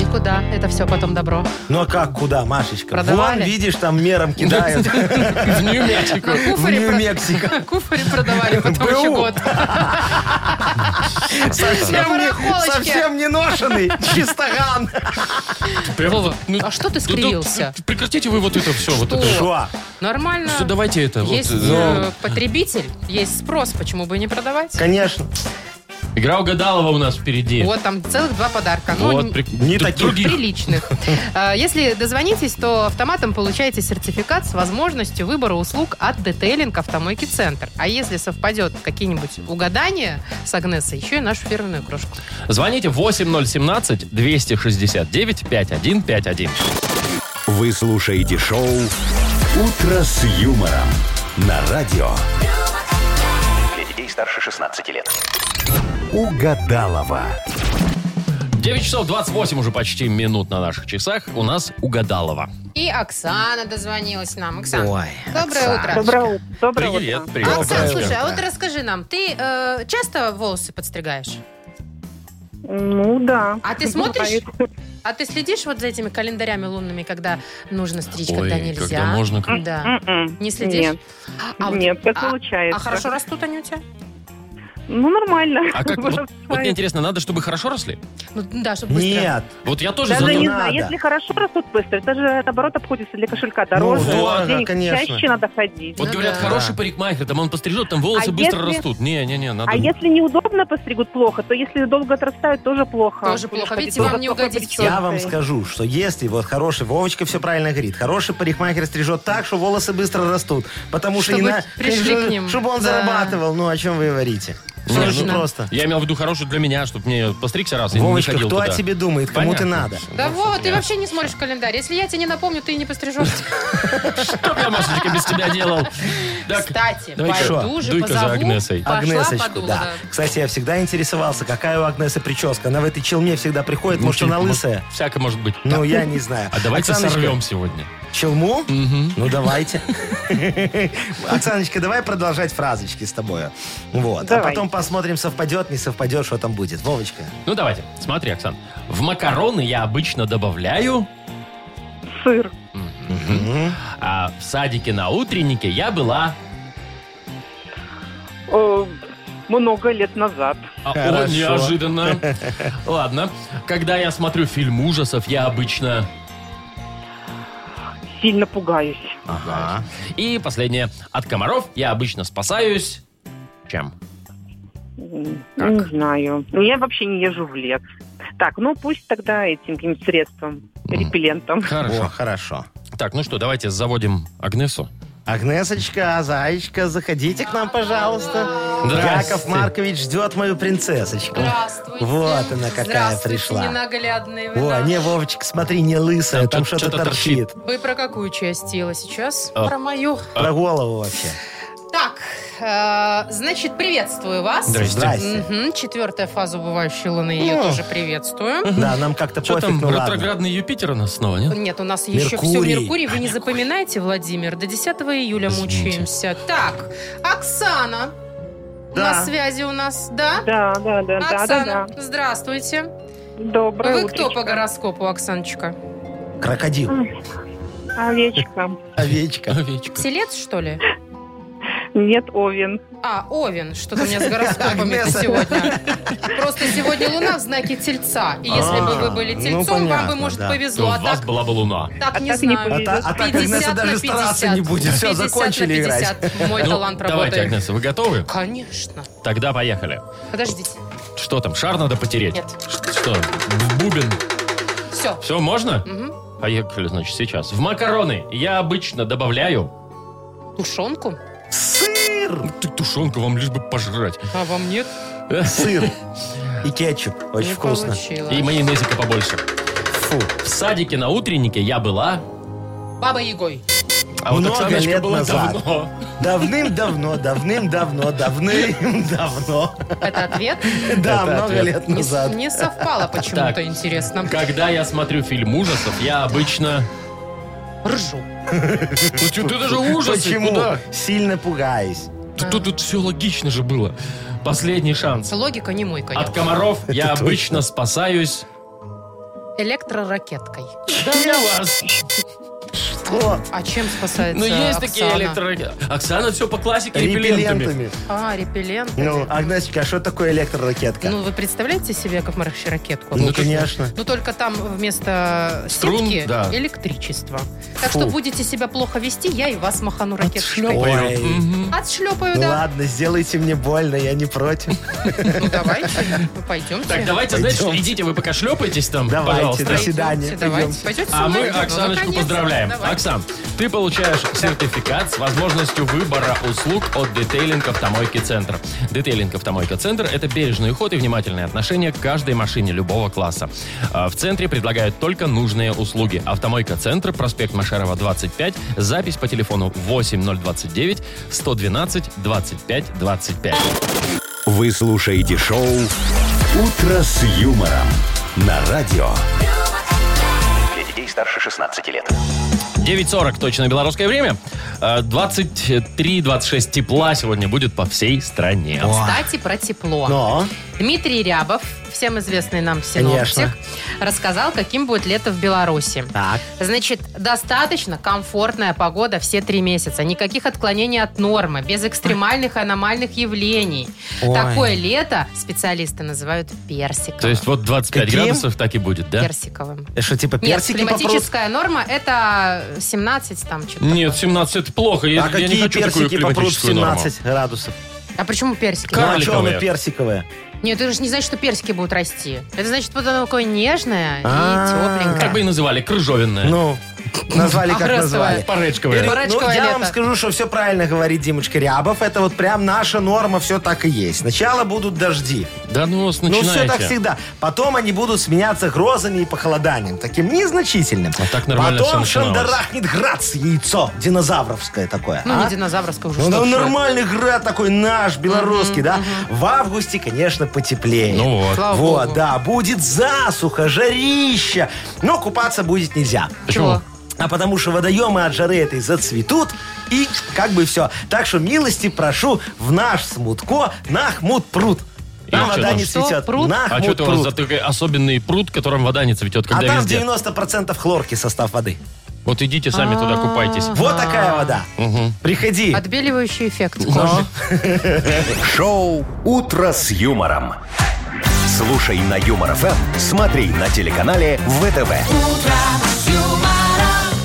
И куда? Это все потом добро.
Ну а как, куда, Машечка?
Продавали?
Вон, видишь, там мером кидают.
В
На
Нью-Мексику.
куфаре,
В
про-
Нью-Мексико.
на куфаре продавали потом
БУ.
еще год.
Совсем не-
барахолочке.
совсем не ношенный. Чистоган.
Привал, ну,
А что ты
ну,
скривился?
ну, Прекратите вы вот это все. Вот это.
Что?
Шо?
Нормально.
Всё, давайте это. вот,
Есть
э,
э, потребитель, есть спрос, почему бы и не продавать?
Конечно.
Игра угадалова у нас впереди.
Вот там целых два подарка. Ну,
Вот,
н-
при-
не
д-
таких.
других.
приличных. Э, Если дозвонитесь, то автоматом получаете сертификат с возможностью выбора услуг от детейлинг автомойки «Центр». А если совпадет какие-нибудь угадания с Агнесой, еще и нашу фирменную кружку.
Звоните 8017-269-5151.
Вы слушаете шоу «Утро с юмором» на радио
Для детей старше 16 лет.
Угадалова.
9 часов 28 уже почти минут на наших часах. У нас угадалова.
И Оксана дозвонилась нам. Оксана,
Ой,
доброе
Оксана.
утро.
Доброе утро. Доброе
Привет,
утро.
привет.
Оксан,
Доброе
слушай, а
утро.
вот расскажи нам, ты э, часто волосы подстригаешь?
Ну да.
А ты смотришь? А ты следишь вот за этими календарями лунными, когда нужно стричь, когда
Ой,
нельзя?
когда можно, как-
Да.
М-м.
Не следишь?
Нет,
А вот-
нет, так
а-
получается.
А хорошо растут они у тебя?
Ну, нормально.
А как? Вот, вот мне интересно, надо, чтобы хорошо росли?
Ну, да, чтобы быстро.
Нет. Вот я тоже
Даже
за то-
не знаю, если хорошо растут быстро, это же, наоборот, обходится для кошелька дороже,
Ну да,
денег
конечно.
чаще надо ходить.
Вот говорят, хороший парикмахер, там он пострижет, там волосы
А
быстро
если-
растут. Не-не-не, надо...
А если неудобно постригут плохо, то если долго отрастают, тоже плохо.
Тоже
Будешь
плохо.
ходить
Видите, вам
долго
не
с плохой
угодить.
прической.
Я вам скажу, что если вот хороший, Вовочка все правильно говорит, хороший парикмахер стрижет так, что волосы быстро растут. Потому что
Чтобы
ина-
пришли
конечно,
к ним.
Чтобы он
Да.
зарабатывал. Ну, о чем вы говорите? Всё
Не,
же
ну,
просто.
Я имел в виду хорошую для меня, чтобы мне постригся раз и
Вовочка,
не ходил
кто о
туда.
тебе думает? Кому ты
Понятно.
надо?
Да вот, ты вообще не смотришь в календарь. Если я тебе не напомню, ты и не пострижешься.
Что б я, Машечка, без тебя делал? Так,
Кстати,
давай-ка,
пойду же
дуй-ка за
позову.
Агнесой.
Пошла,
Агнесочку,
подула,
да. Кстати, я всегда интересовался, какая у Агнесы прическа. Она в этой челме всегда приходит, может, она лысая.
Всяко может быть.
Ну,
Да.
я не знаю.
А давайте
Оксаночка,
сорвем сегодня.
Челму? Ну, давайте. Оксаночка, давай продолжать фразочки с тобой. Вот. А
Давай.
потом посмотрим, совпадет, не совпадет, что там будет. Вовочка.
Ну, давайте. Смотри, Оксан. В макароны я обычно добавляю...
Сыр.
А в садике на утреннике я была...
Э, Много лет назад.
А, о, неожиданно. Ладно. Когда я смотрю фильм ужасов, я обычно...
Сильно пугаюсь.
Ага. И последнее. От комаров я обычно спасаюсь... Чем?
М, Не знаю. Ну, я вообще не езжу в лес. Так, ну пусть тогда этим каким-нибудь средством, репеллентом.
Хорошо.
О, хорошо.
Так, ну что, давайте заводим Агнесу.
Агнесочка, зайчика, заходите к нам, пожалуйста.
Здрасте.
Яков Маркович ждет мою принцесочку.
Здравствуйте.
Вот она какая
Здравствуйте,
пришла.
ненаглядные вы
О,
наши.
не, Вовчик, смотри, не лысая, там,
чё-
что-то
чё-то
торчит.
Вы про какую часть тела сейчас?
А.
Про мою.
Про голову вообще.
Так, э, значит, приветствую вас.
Здрасте. Здрасте.
Мгм, четвертая фаза убывающей луны, ее
Ну.
тоже приветствую.
Да, нам как-то
Что
пофиг,
там,
ну ладно.
ретроградный Юпитер у нас снова, нет?
Нет, у нас еще все
Меркурий.
Меркурий. Вы не запоминаете, Владимир? До 10 июля мучаемся. Так, Оксана
Да.
на связи у нас, да?
Да, да, да, да, да,
Оксана,
да.
здравствуйте.
Доброе
Вы
утречко.
кто по гороскопу, Оксаночка?
Крокодил.
Овечка.
Овечка.
Овечка.
Телец, что ли?
Нет, Овен.
А, Овен, что-то у меня с гороскопами
Агнеса.
сегодня. Просто сегодня Луна в знаке Тельца. И если бы вы были
А, ну,
Тельцом, вам бы,
понятно,
может,
да.
повезло.
То
А
у вас
так
была бы луна.
так не
так и не
знаю.
А, та- а так
50
Агнеса
на
даже
50.
стараться не будет. Все,
50 на
закончили играть.
50. Мой
Ну,
талант
Давайте,
работает.
Агнеса, вы готовы?
Конечно.
Тогда поехали.
Подождите.
Что там, шар надо потереть?
Нет.
Ш- Что, в бубен?
Все.
Все, можно?
Мгм.
Поехали, значит, сейчас. В макароны я обычно добавляю...
Тушенку?
Сыр!
Ты тушенку, вам лишь бы пожрать.
А вам нет?
Сыр. И кетчуп. Очень
Не
вкусно.
получилось.
И майонезика побольше. Фу. В садике на утреннике я была...
Баба Ягой.
А вот
Много
Оксаночка
лет
была
назад.
давно.
Давным-давно, давным-давно, давным-давно.
Это ответ?
Да,
Это
много
ответ.
лет
Не-
назад.
Не совпало почему-то,
Так.
интересно.
Когда я смотрю фильм ужасов, я обычно...
Ржу.
Ну, чё, ты даже ужасы,
Почему?
куда?
Сильно пугаюсь.
Тут, тут, все логично же было. Последний шанс.
Логика не мой,
От
конечно.
комаров я обычно спасаюсь.
Электроракеткой.
Да я вас.
Что?
А чем спасается
Ну, есть такие
Оксана?
электроракеты. Оксана все по классике репеллентами.
Репеллентами.
А, репеллент.
Ну, Агнесочка, а что такое электроракетка?
Ну, вы представляете себе, как Маркович, ракетку?
Ну,
Ну, то-
конечно.
Ну, только там вместо
Струн,
сетки
да.
электричество. Так
Фу.
что будете себя плохо вести, я и вас махану ракеткой.
Ой,
Отшлепаю,
ну
да.
ладно, сделайте мне больно, я не против.
Ну, давайте, ну, пойдемте.
Так, давайте,
Пойдем.
знаете, идите, вы пока шлепаетесь там,
Давайте, до
пожалуйста.
свидания.
Пойдемте, давайте.
Пойдем.
Пойдете со
А мы
мной? Ну,
Оксаночку
наконец-то.
поздравляем.
Давай.
Оксан, ты получаешь сертификат с возможностью выбора услуг от детейлинг автомойки центр. Детейлинг автомойка центр это бережный уход и внимательное отношение к каждой машине любого класса. А В центре предлагают только нужные услуги. Автомойка центр, проспект Машарова 25, запись по телефону 8029 112 25 25.
Вы слушаете шоу «Утро с юмором» на радио.
Для детей старше 16 лет.
9.40 точно белорусское время. А, 23-26 тепла сегодня будет по всей стране.
Кстати, про тепло.
Но
Дмитрий Рябов в всем известный нам синоптик,
Конечно.
рассказал, каким будет лето в Беларуси.
Так.
Значит, достаточно комфортная погода все три месяца. Никаких отклонений от нормы, без экстремальных и аномальных явлений.
Ой.
Такое лето специалисты называют персиковым.
То есть вот 25
Каким?
градусов так и будет, да?
Персиковым.
Э,
Это что, типа
Нет,
персики попрут?
климатическая норма это 17 там что-то.
Нет, 17 это плохо. Я,
А
я не
какие
хочу такую
персики попрут в
климатическую норму.
17 градусов?
А почему персики?
Ну, а чё оно
Карликовые.
персиковое?
Нет, это же не значит, что персики будут расти. Это значит, вот оно такое нежное и
А,
Как бы
тепленькое.
и называли, крыжовенная.
Ну, назвали как
Агрессовая.
назвали.
Паречковая.
Ирина,
Паречковое
ну, я
лето.
вам скажу, что все правильно говорит Димочка Рябов. Это вот прям наша норма, все так и есть. Сначала будут дожди.
Да ну вас
Ну,
начинаете.
все так всегда. Потом они будут сменяться грозами и похолоданием. Таким незначительным.
А так нормально
Потом
всё начиналось.
шандарахнет град с яйцо. Динозавровское такое.
Ну,
а?
не динозавровское уже.
Ну,
что
ну,
ж.
нормальный град такой наш, белорусский, да? В августе, конечно, потеплее.
Ну вот.
Слава
вот,
богу.
да, будет засуха, жарища, но купаться будет нельзя.
Чего?
А потому что водоемы от жары этой зацветут, и как бы все. Так что милости прошу в наш смутко на хмут пруд.
И
Там
чё
вода
там?
не
Что,
цветет.
пруд?
На
А
хмут
что это у вас
пруд.
за такой особенный пруд, которым вода не цветет,
А
когда
там
везде?
90% хлорки состав воды.
Вот идите сами туда купайтесь.
Вот такая вода.
Мгм.
Приходи.
Отбеливающий эффект кожи.
Шоу «Утро с юмором». Слушай на Юмор ФМ, смотри на телеканале ВТВ.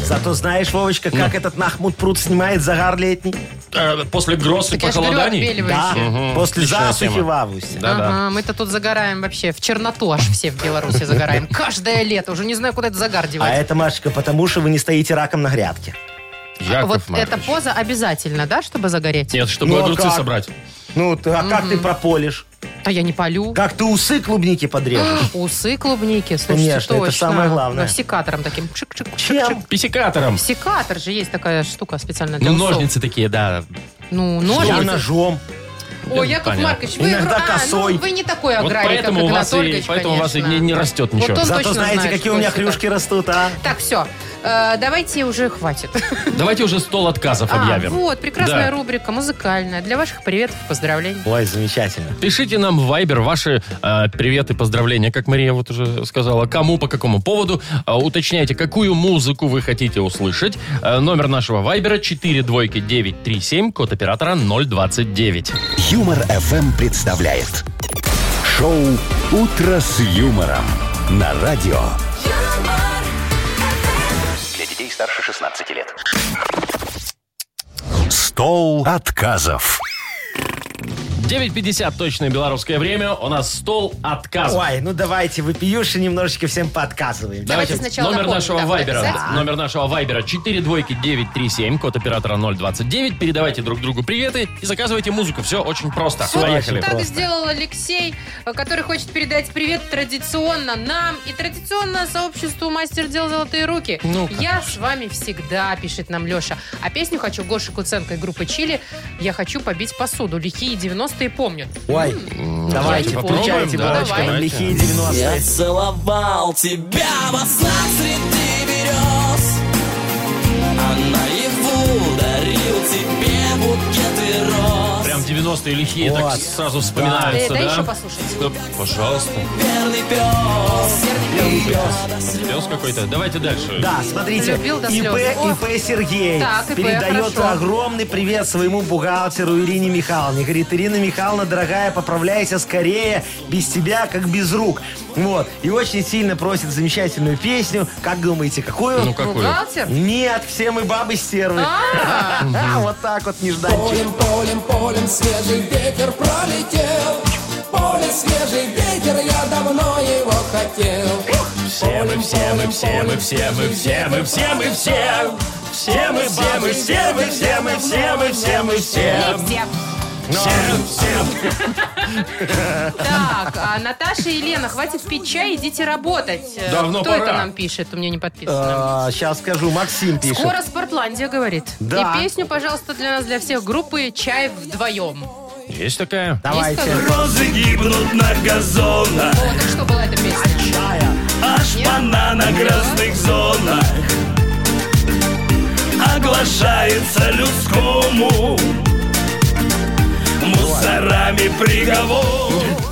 Зато знаешь, Вовочка,
Ну.
как этот нахмут пруд снимает загар летний?
Э, После гроз и
Так я же говорю,
похолоданий?
Да,
отбеливающий.
Мгм.
после
Отличная
засухи
тема.
в августе.
Да-да.
Ага, мы-то тут загораем вообще. В черноту аж все в Беларуси загораем. Каждое лето. Уже не знаю, куда это загар
А
девать.
это, Машечка, потому что вы не стоите раком на грядке. А
А Яков
А вот эта
Маркович.
поза обязательно, да, чтобы загореть?
Нет, чтобы
Ну, а
огурцы
как?
собрать.
Ну, ты- а как ты прополишь?
А я не полю.
Как ты усы клубники подрежешь?
Усы, клубники, слушайте,
Конечно, это
точно.
самое главное.
Да, секатором таким. Чик-чик.
Чем?
Писикатором.
Секатор же есть такая штука специально для
Ну,
усов.
ножницы такие, да.
Ну,
Я
ножницы.
ножом.
Ой, Яков
Понятно.
Маркович, вы,
Иногда
а, ну,
косой.
вы не такой
Вот
аграрий,
поэтому
как
у
Игнат
вас и
Ольгович,
поэтому у вас и
конечно.
не не растет ничего.
он
Зато
точно
знаете,
знает,
какие
что
у меня
это.
хрюшки растут, а?
Так, все. Э, давайте уже хватит.
Давайте уже стол отказов
А,
объявим.
вот, прекрасная
Да.
рубрика, музыкальная. Для ваших приветов и поздравлений.
Ой, замечательно.
Пишите нам в Viber ваши э, приветы, поздравления, как Мария вот уже сказала, кому, по какому поводу. Э, уточняйте, какую музыку вы хотите услышать. Э, номер нашего Viber 42937, код оператора 029.
Юмор ФМ представляет. Шоу «Утро с юмором» на радио.
Для детей старше 16 лет.
Стол отказов.
9.50 точное белорусское время. У нас стол отказов.
Ой, ну давайте выпьюши немножечко всем подказываем.
Давайте сначала
номер
напомним,
нашего
да,
вайбера.
написать.
Номер нашего вайбера 42937, код оператора 029. Передавайте друг другу приветы и заказывайте музыку. Все очень просто.
Всё
Поехали.
очень
Так
Просто.
сделал Алексей, э, который хочет передать привет традиционно нам и традиционно сообществу «Мастер дел золотые руки».
Ну-ка.
Я с вами всегда, пишет нам Леша. А песню хочу Гоши Куценко и группы «Чили». Я хочу побить посуду. Лихие 90-е помнят.
Ой, давайте,
давайте
попробуем,
получайте,
да,
Вовочка, нам
давайте.
лихие 90-е.
целовал тебя во снах среди берез А наяву дарил тебе букеты роз
Прям 90-е лихие, так
Вот.
сразу вспоминаются,
Да,
да?
да, еще послушайте.
Да, пожалуйста.
Верный пес
Пес какой-то. Давайте дальше.
Да, смотрите,
Любил до
ИП,
слез. Ох.
ИП Сергей
Так, ИП,
передает
хорошо.
огромный привет своему бухгалтеру Ирине Михайловне. Говорит, Ирина Михайловна, дорогая, поправляйся скорее, без тебя как без рук. Вот, и очень сильно просит замечательную песню. Как думаете, какую?
Ну какую?
Бухгалтер?
Нет, все мы бабы стервы. А, Вот так вот нежданчик.
Полем, полем, полем свежий ветер пролетел Поле свежий ветер, я давно его хотел
Все мы, все мы, все мы, все мы, все мы, все мы, все. Все мы, все мы, все мы, все мы, все мы, все мы, все.
Лифте. Так, а Наташа и Лена, хватит пить чай, идите работать. Э,
Давно
Кто
пора.
это нам пишет? У меня не
А,
подписано.
Сейчас скажу, Максим пишет.
Скоро Спортландия говорит.
Да.
И песню, пожалуйста, для нас, для всех группы «Чай вдвоем».
Есть такая?
Есть
Давайте.
такая?
Розы гибнут на газонах,
О, так что была эта песня?
а шпана на грязных зонах оглашается людскому. Мусор
Дарами приговор.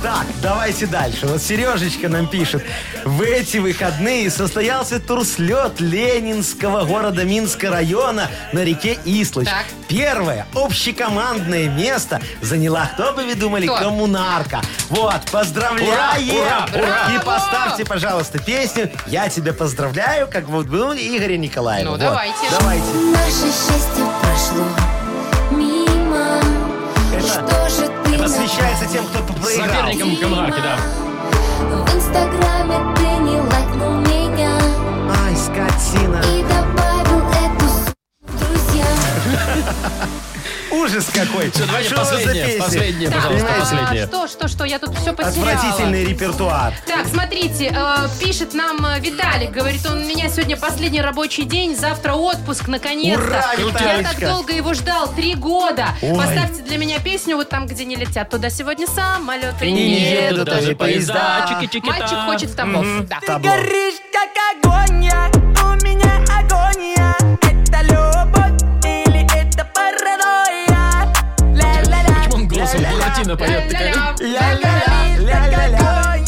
Так, давайте дальше. Вот Сережечка нам пишет. В эти выходные состоялся турслет Ленинского города Минска района на реке Ислыч.
Так.
Первое общекомандное место заняла, кто бы вы думали,
Кто?
коммунарка. Вот, поздравляем!
Ура, ура, ура!
И поставьте, пожалуйста, песню «Я тебя поздравляю», как вот был Игоря Николаева.
Ну,
Вот.
давайте.
Давайте.
Наше счастье прошло мимо. Что же ты
Посвящается тем, кто
С
проиграл.
соперником коммунарки, да.
В инстаграме ты не лайкнул меня.
Ай, скотина.
И добавил эту с... в друзья.
Ужас какой.
Всё, давайте
Что вы за
последнее,
песни?
последнее,
Так,
пожалуйста,
понимаете?
последнее. Последняя.
Что, что, что? Я тут все потеряла.
Отвратительный репертуар.
Так, смотрите, э, пишет нам э, Виталик, говорит, он у меня сегодня последний рабочий день, завтра отпуск, наконец-то.
Ура,
Я
Виталечка.
так долго его ждал, три года.
Ой.
Поставьте для меня песню вот там, где не летят. Туда сегодня самолеты
И не едут даже поезда.
Мальчик хочет в Тамбов. Да.
Ты Табло.
горишь, как огонь, я. у меня агония. Это любовь или это паранойя? Ля-ля-ля.
Почему он голосом Буратино поет? Такая,
Ля-ля-ля, ля-ля-ля.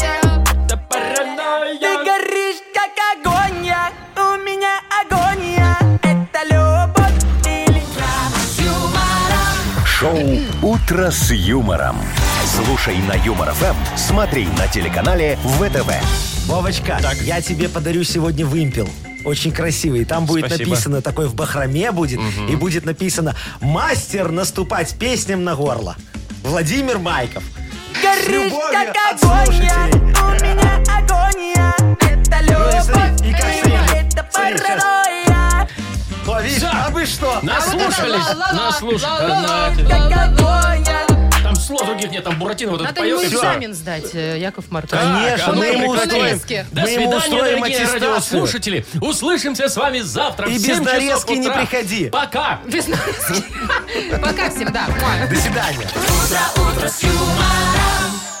Ты горишь, как огонь, я. у меня агония. Это любовь или я? С юмором.
Шоу «Утро с юмором». Слушай на Юмор ФМ, смотри на телеканале ВТВ.
Вовочка, я тебе подарю сегодня вымпел. Очень красивый. Там будет
Спасибо.
написано, такой в бахроме будет, и будет написано «Мастер наступать песням на горло». Владимир Майков. С
Горишь,
любовью
как
от
огонь, я.
слушателей.
у меня агония. Это
Ну, и
любовь
смотри, и как
или
сыграл.
это
Смотри, щас.
паранойя?
О, видишь, а вы что?
Наслушались, наслушались. Там слов других нет, там Буратино вот этот
Надо ему
поет. и всё.
экзамен сдать, э, Яков Маркович.
А
Конечно,
Он
мы ему
на
устроим.
поиске.
ну, До
Мы ему
свидания,
устроим
дорогие
аттестацию.
радиослушатели. Услышимся с вами завтра
И
в
без
7 часов
нарезки не
утра.
приходи.
Пока.
Без нас. Пока всем, да. Муа.
До свидания.
Утро, утро с юмором.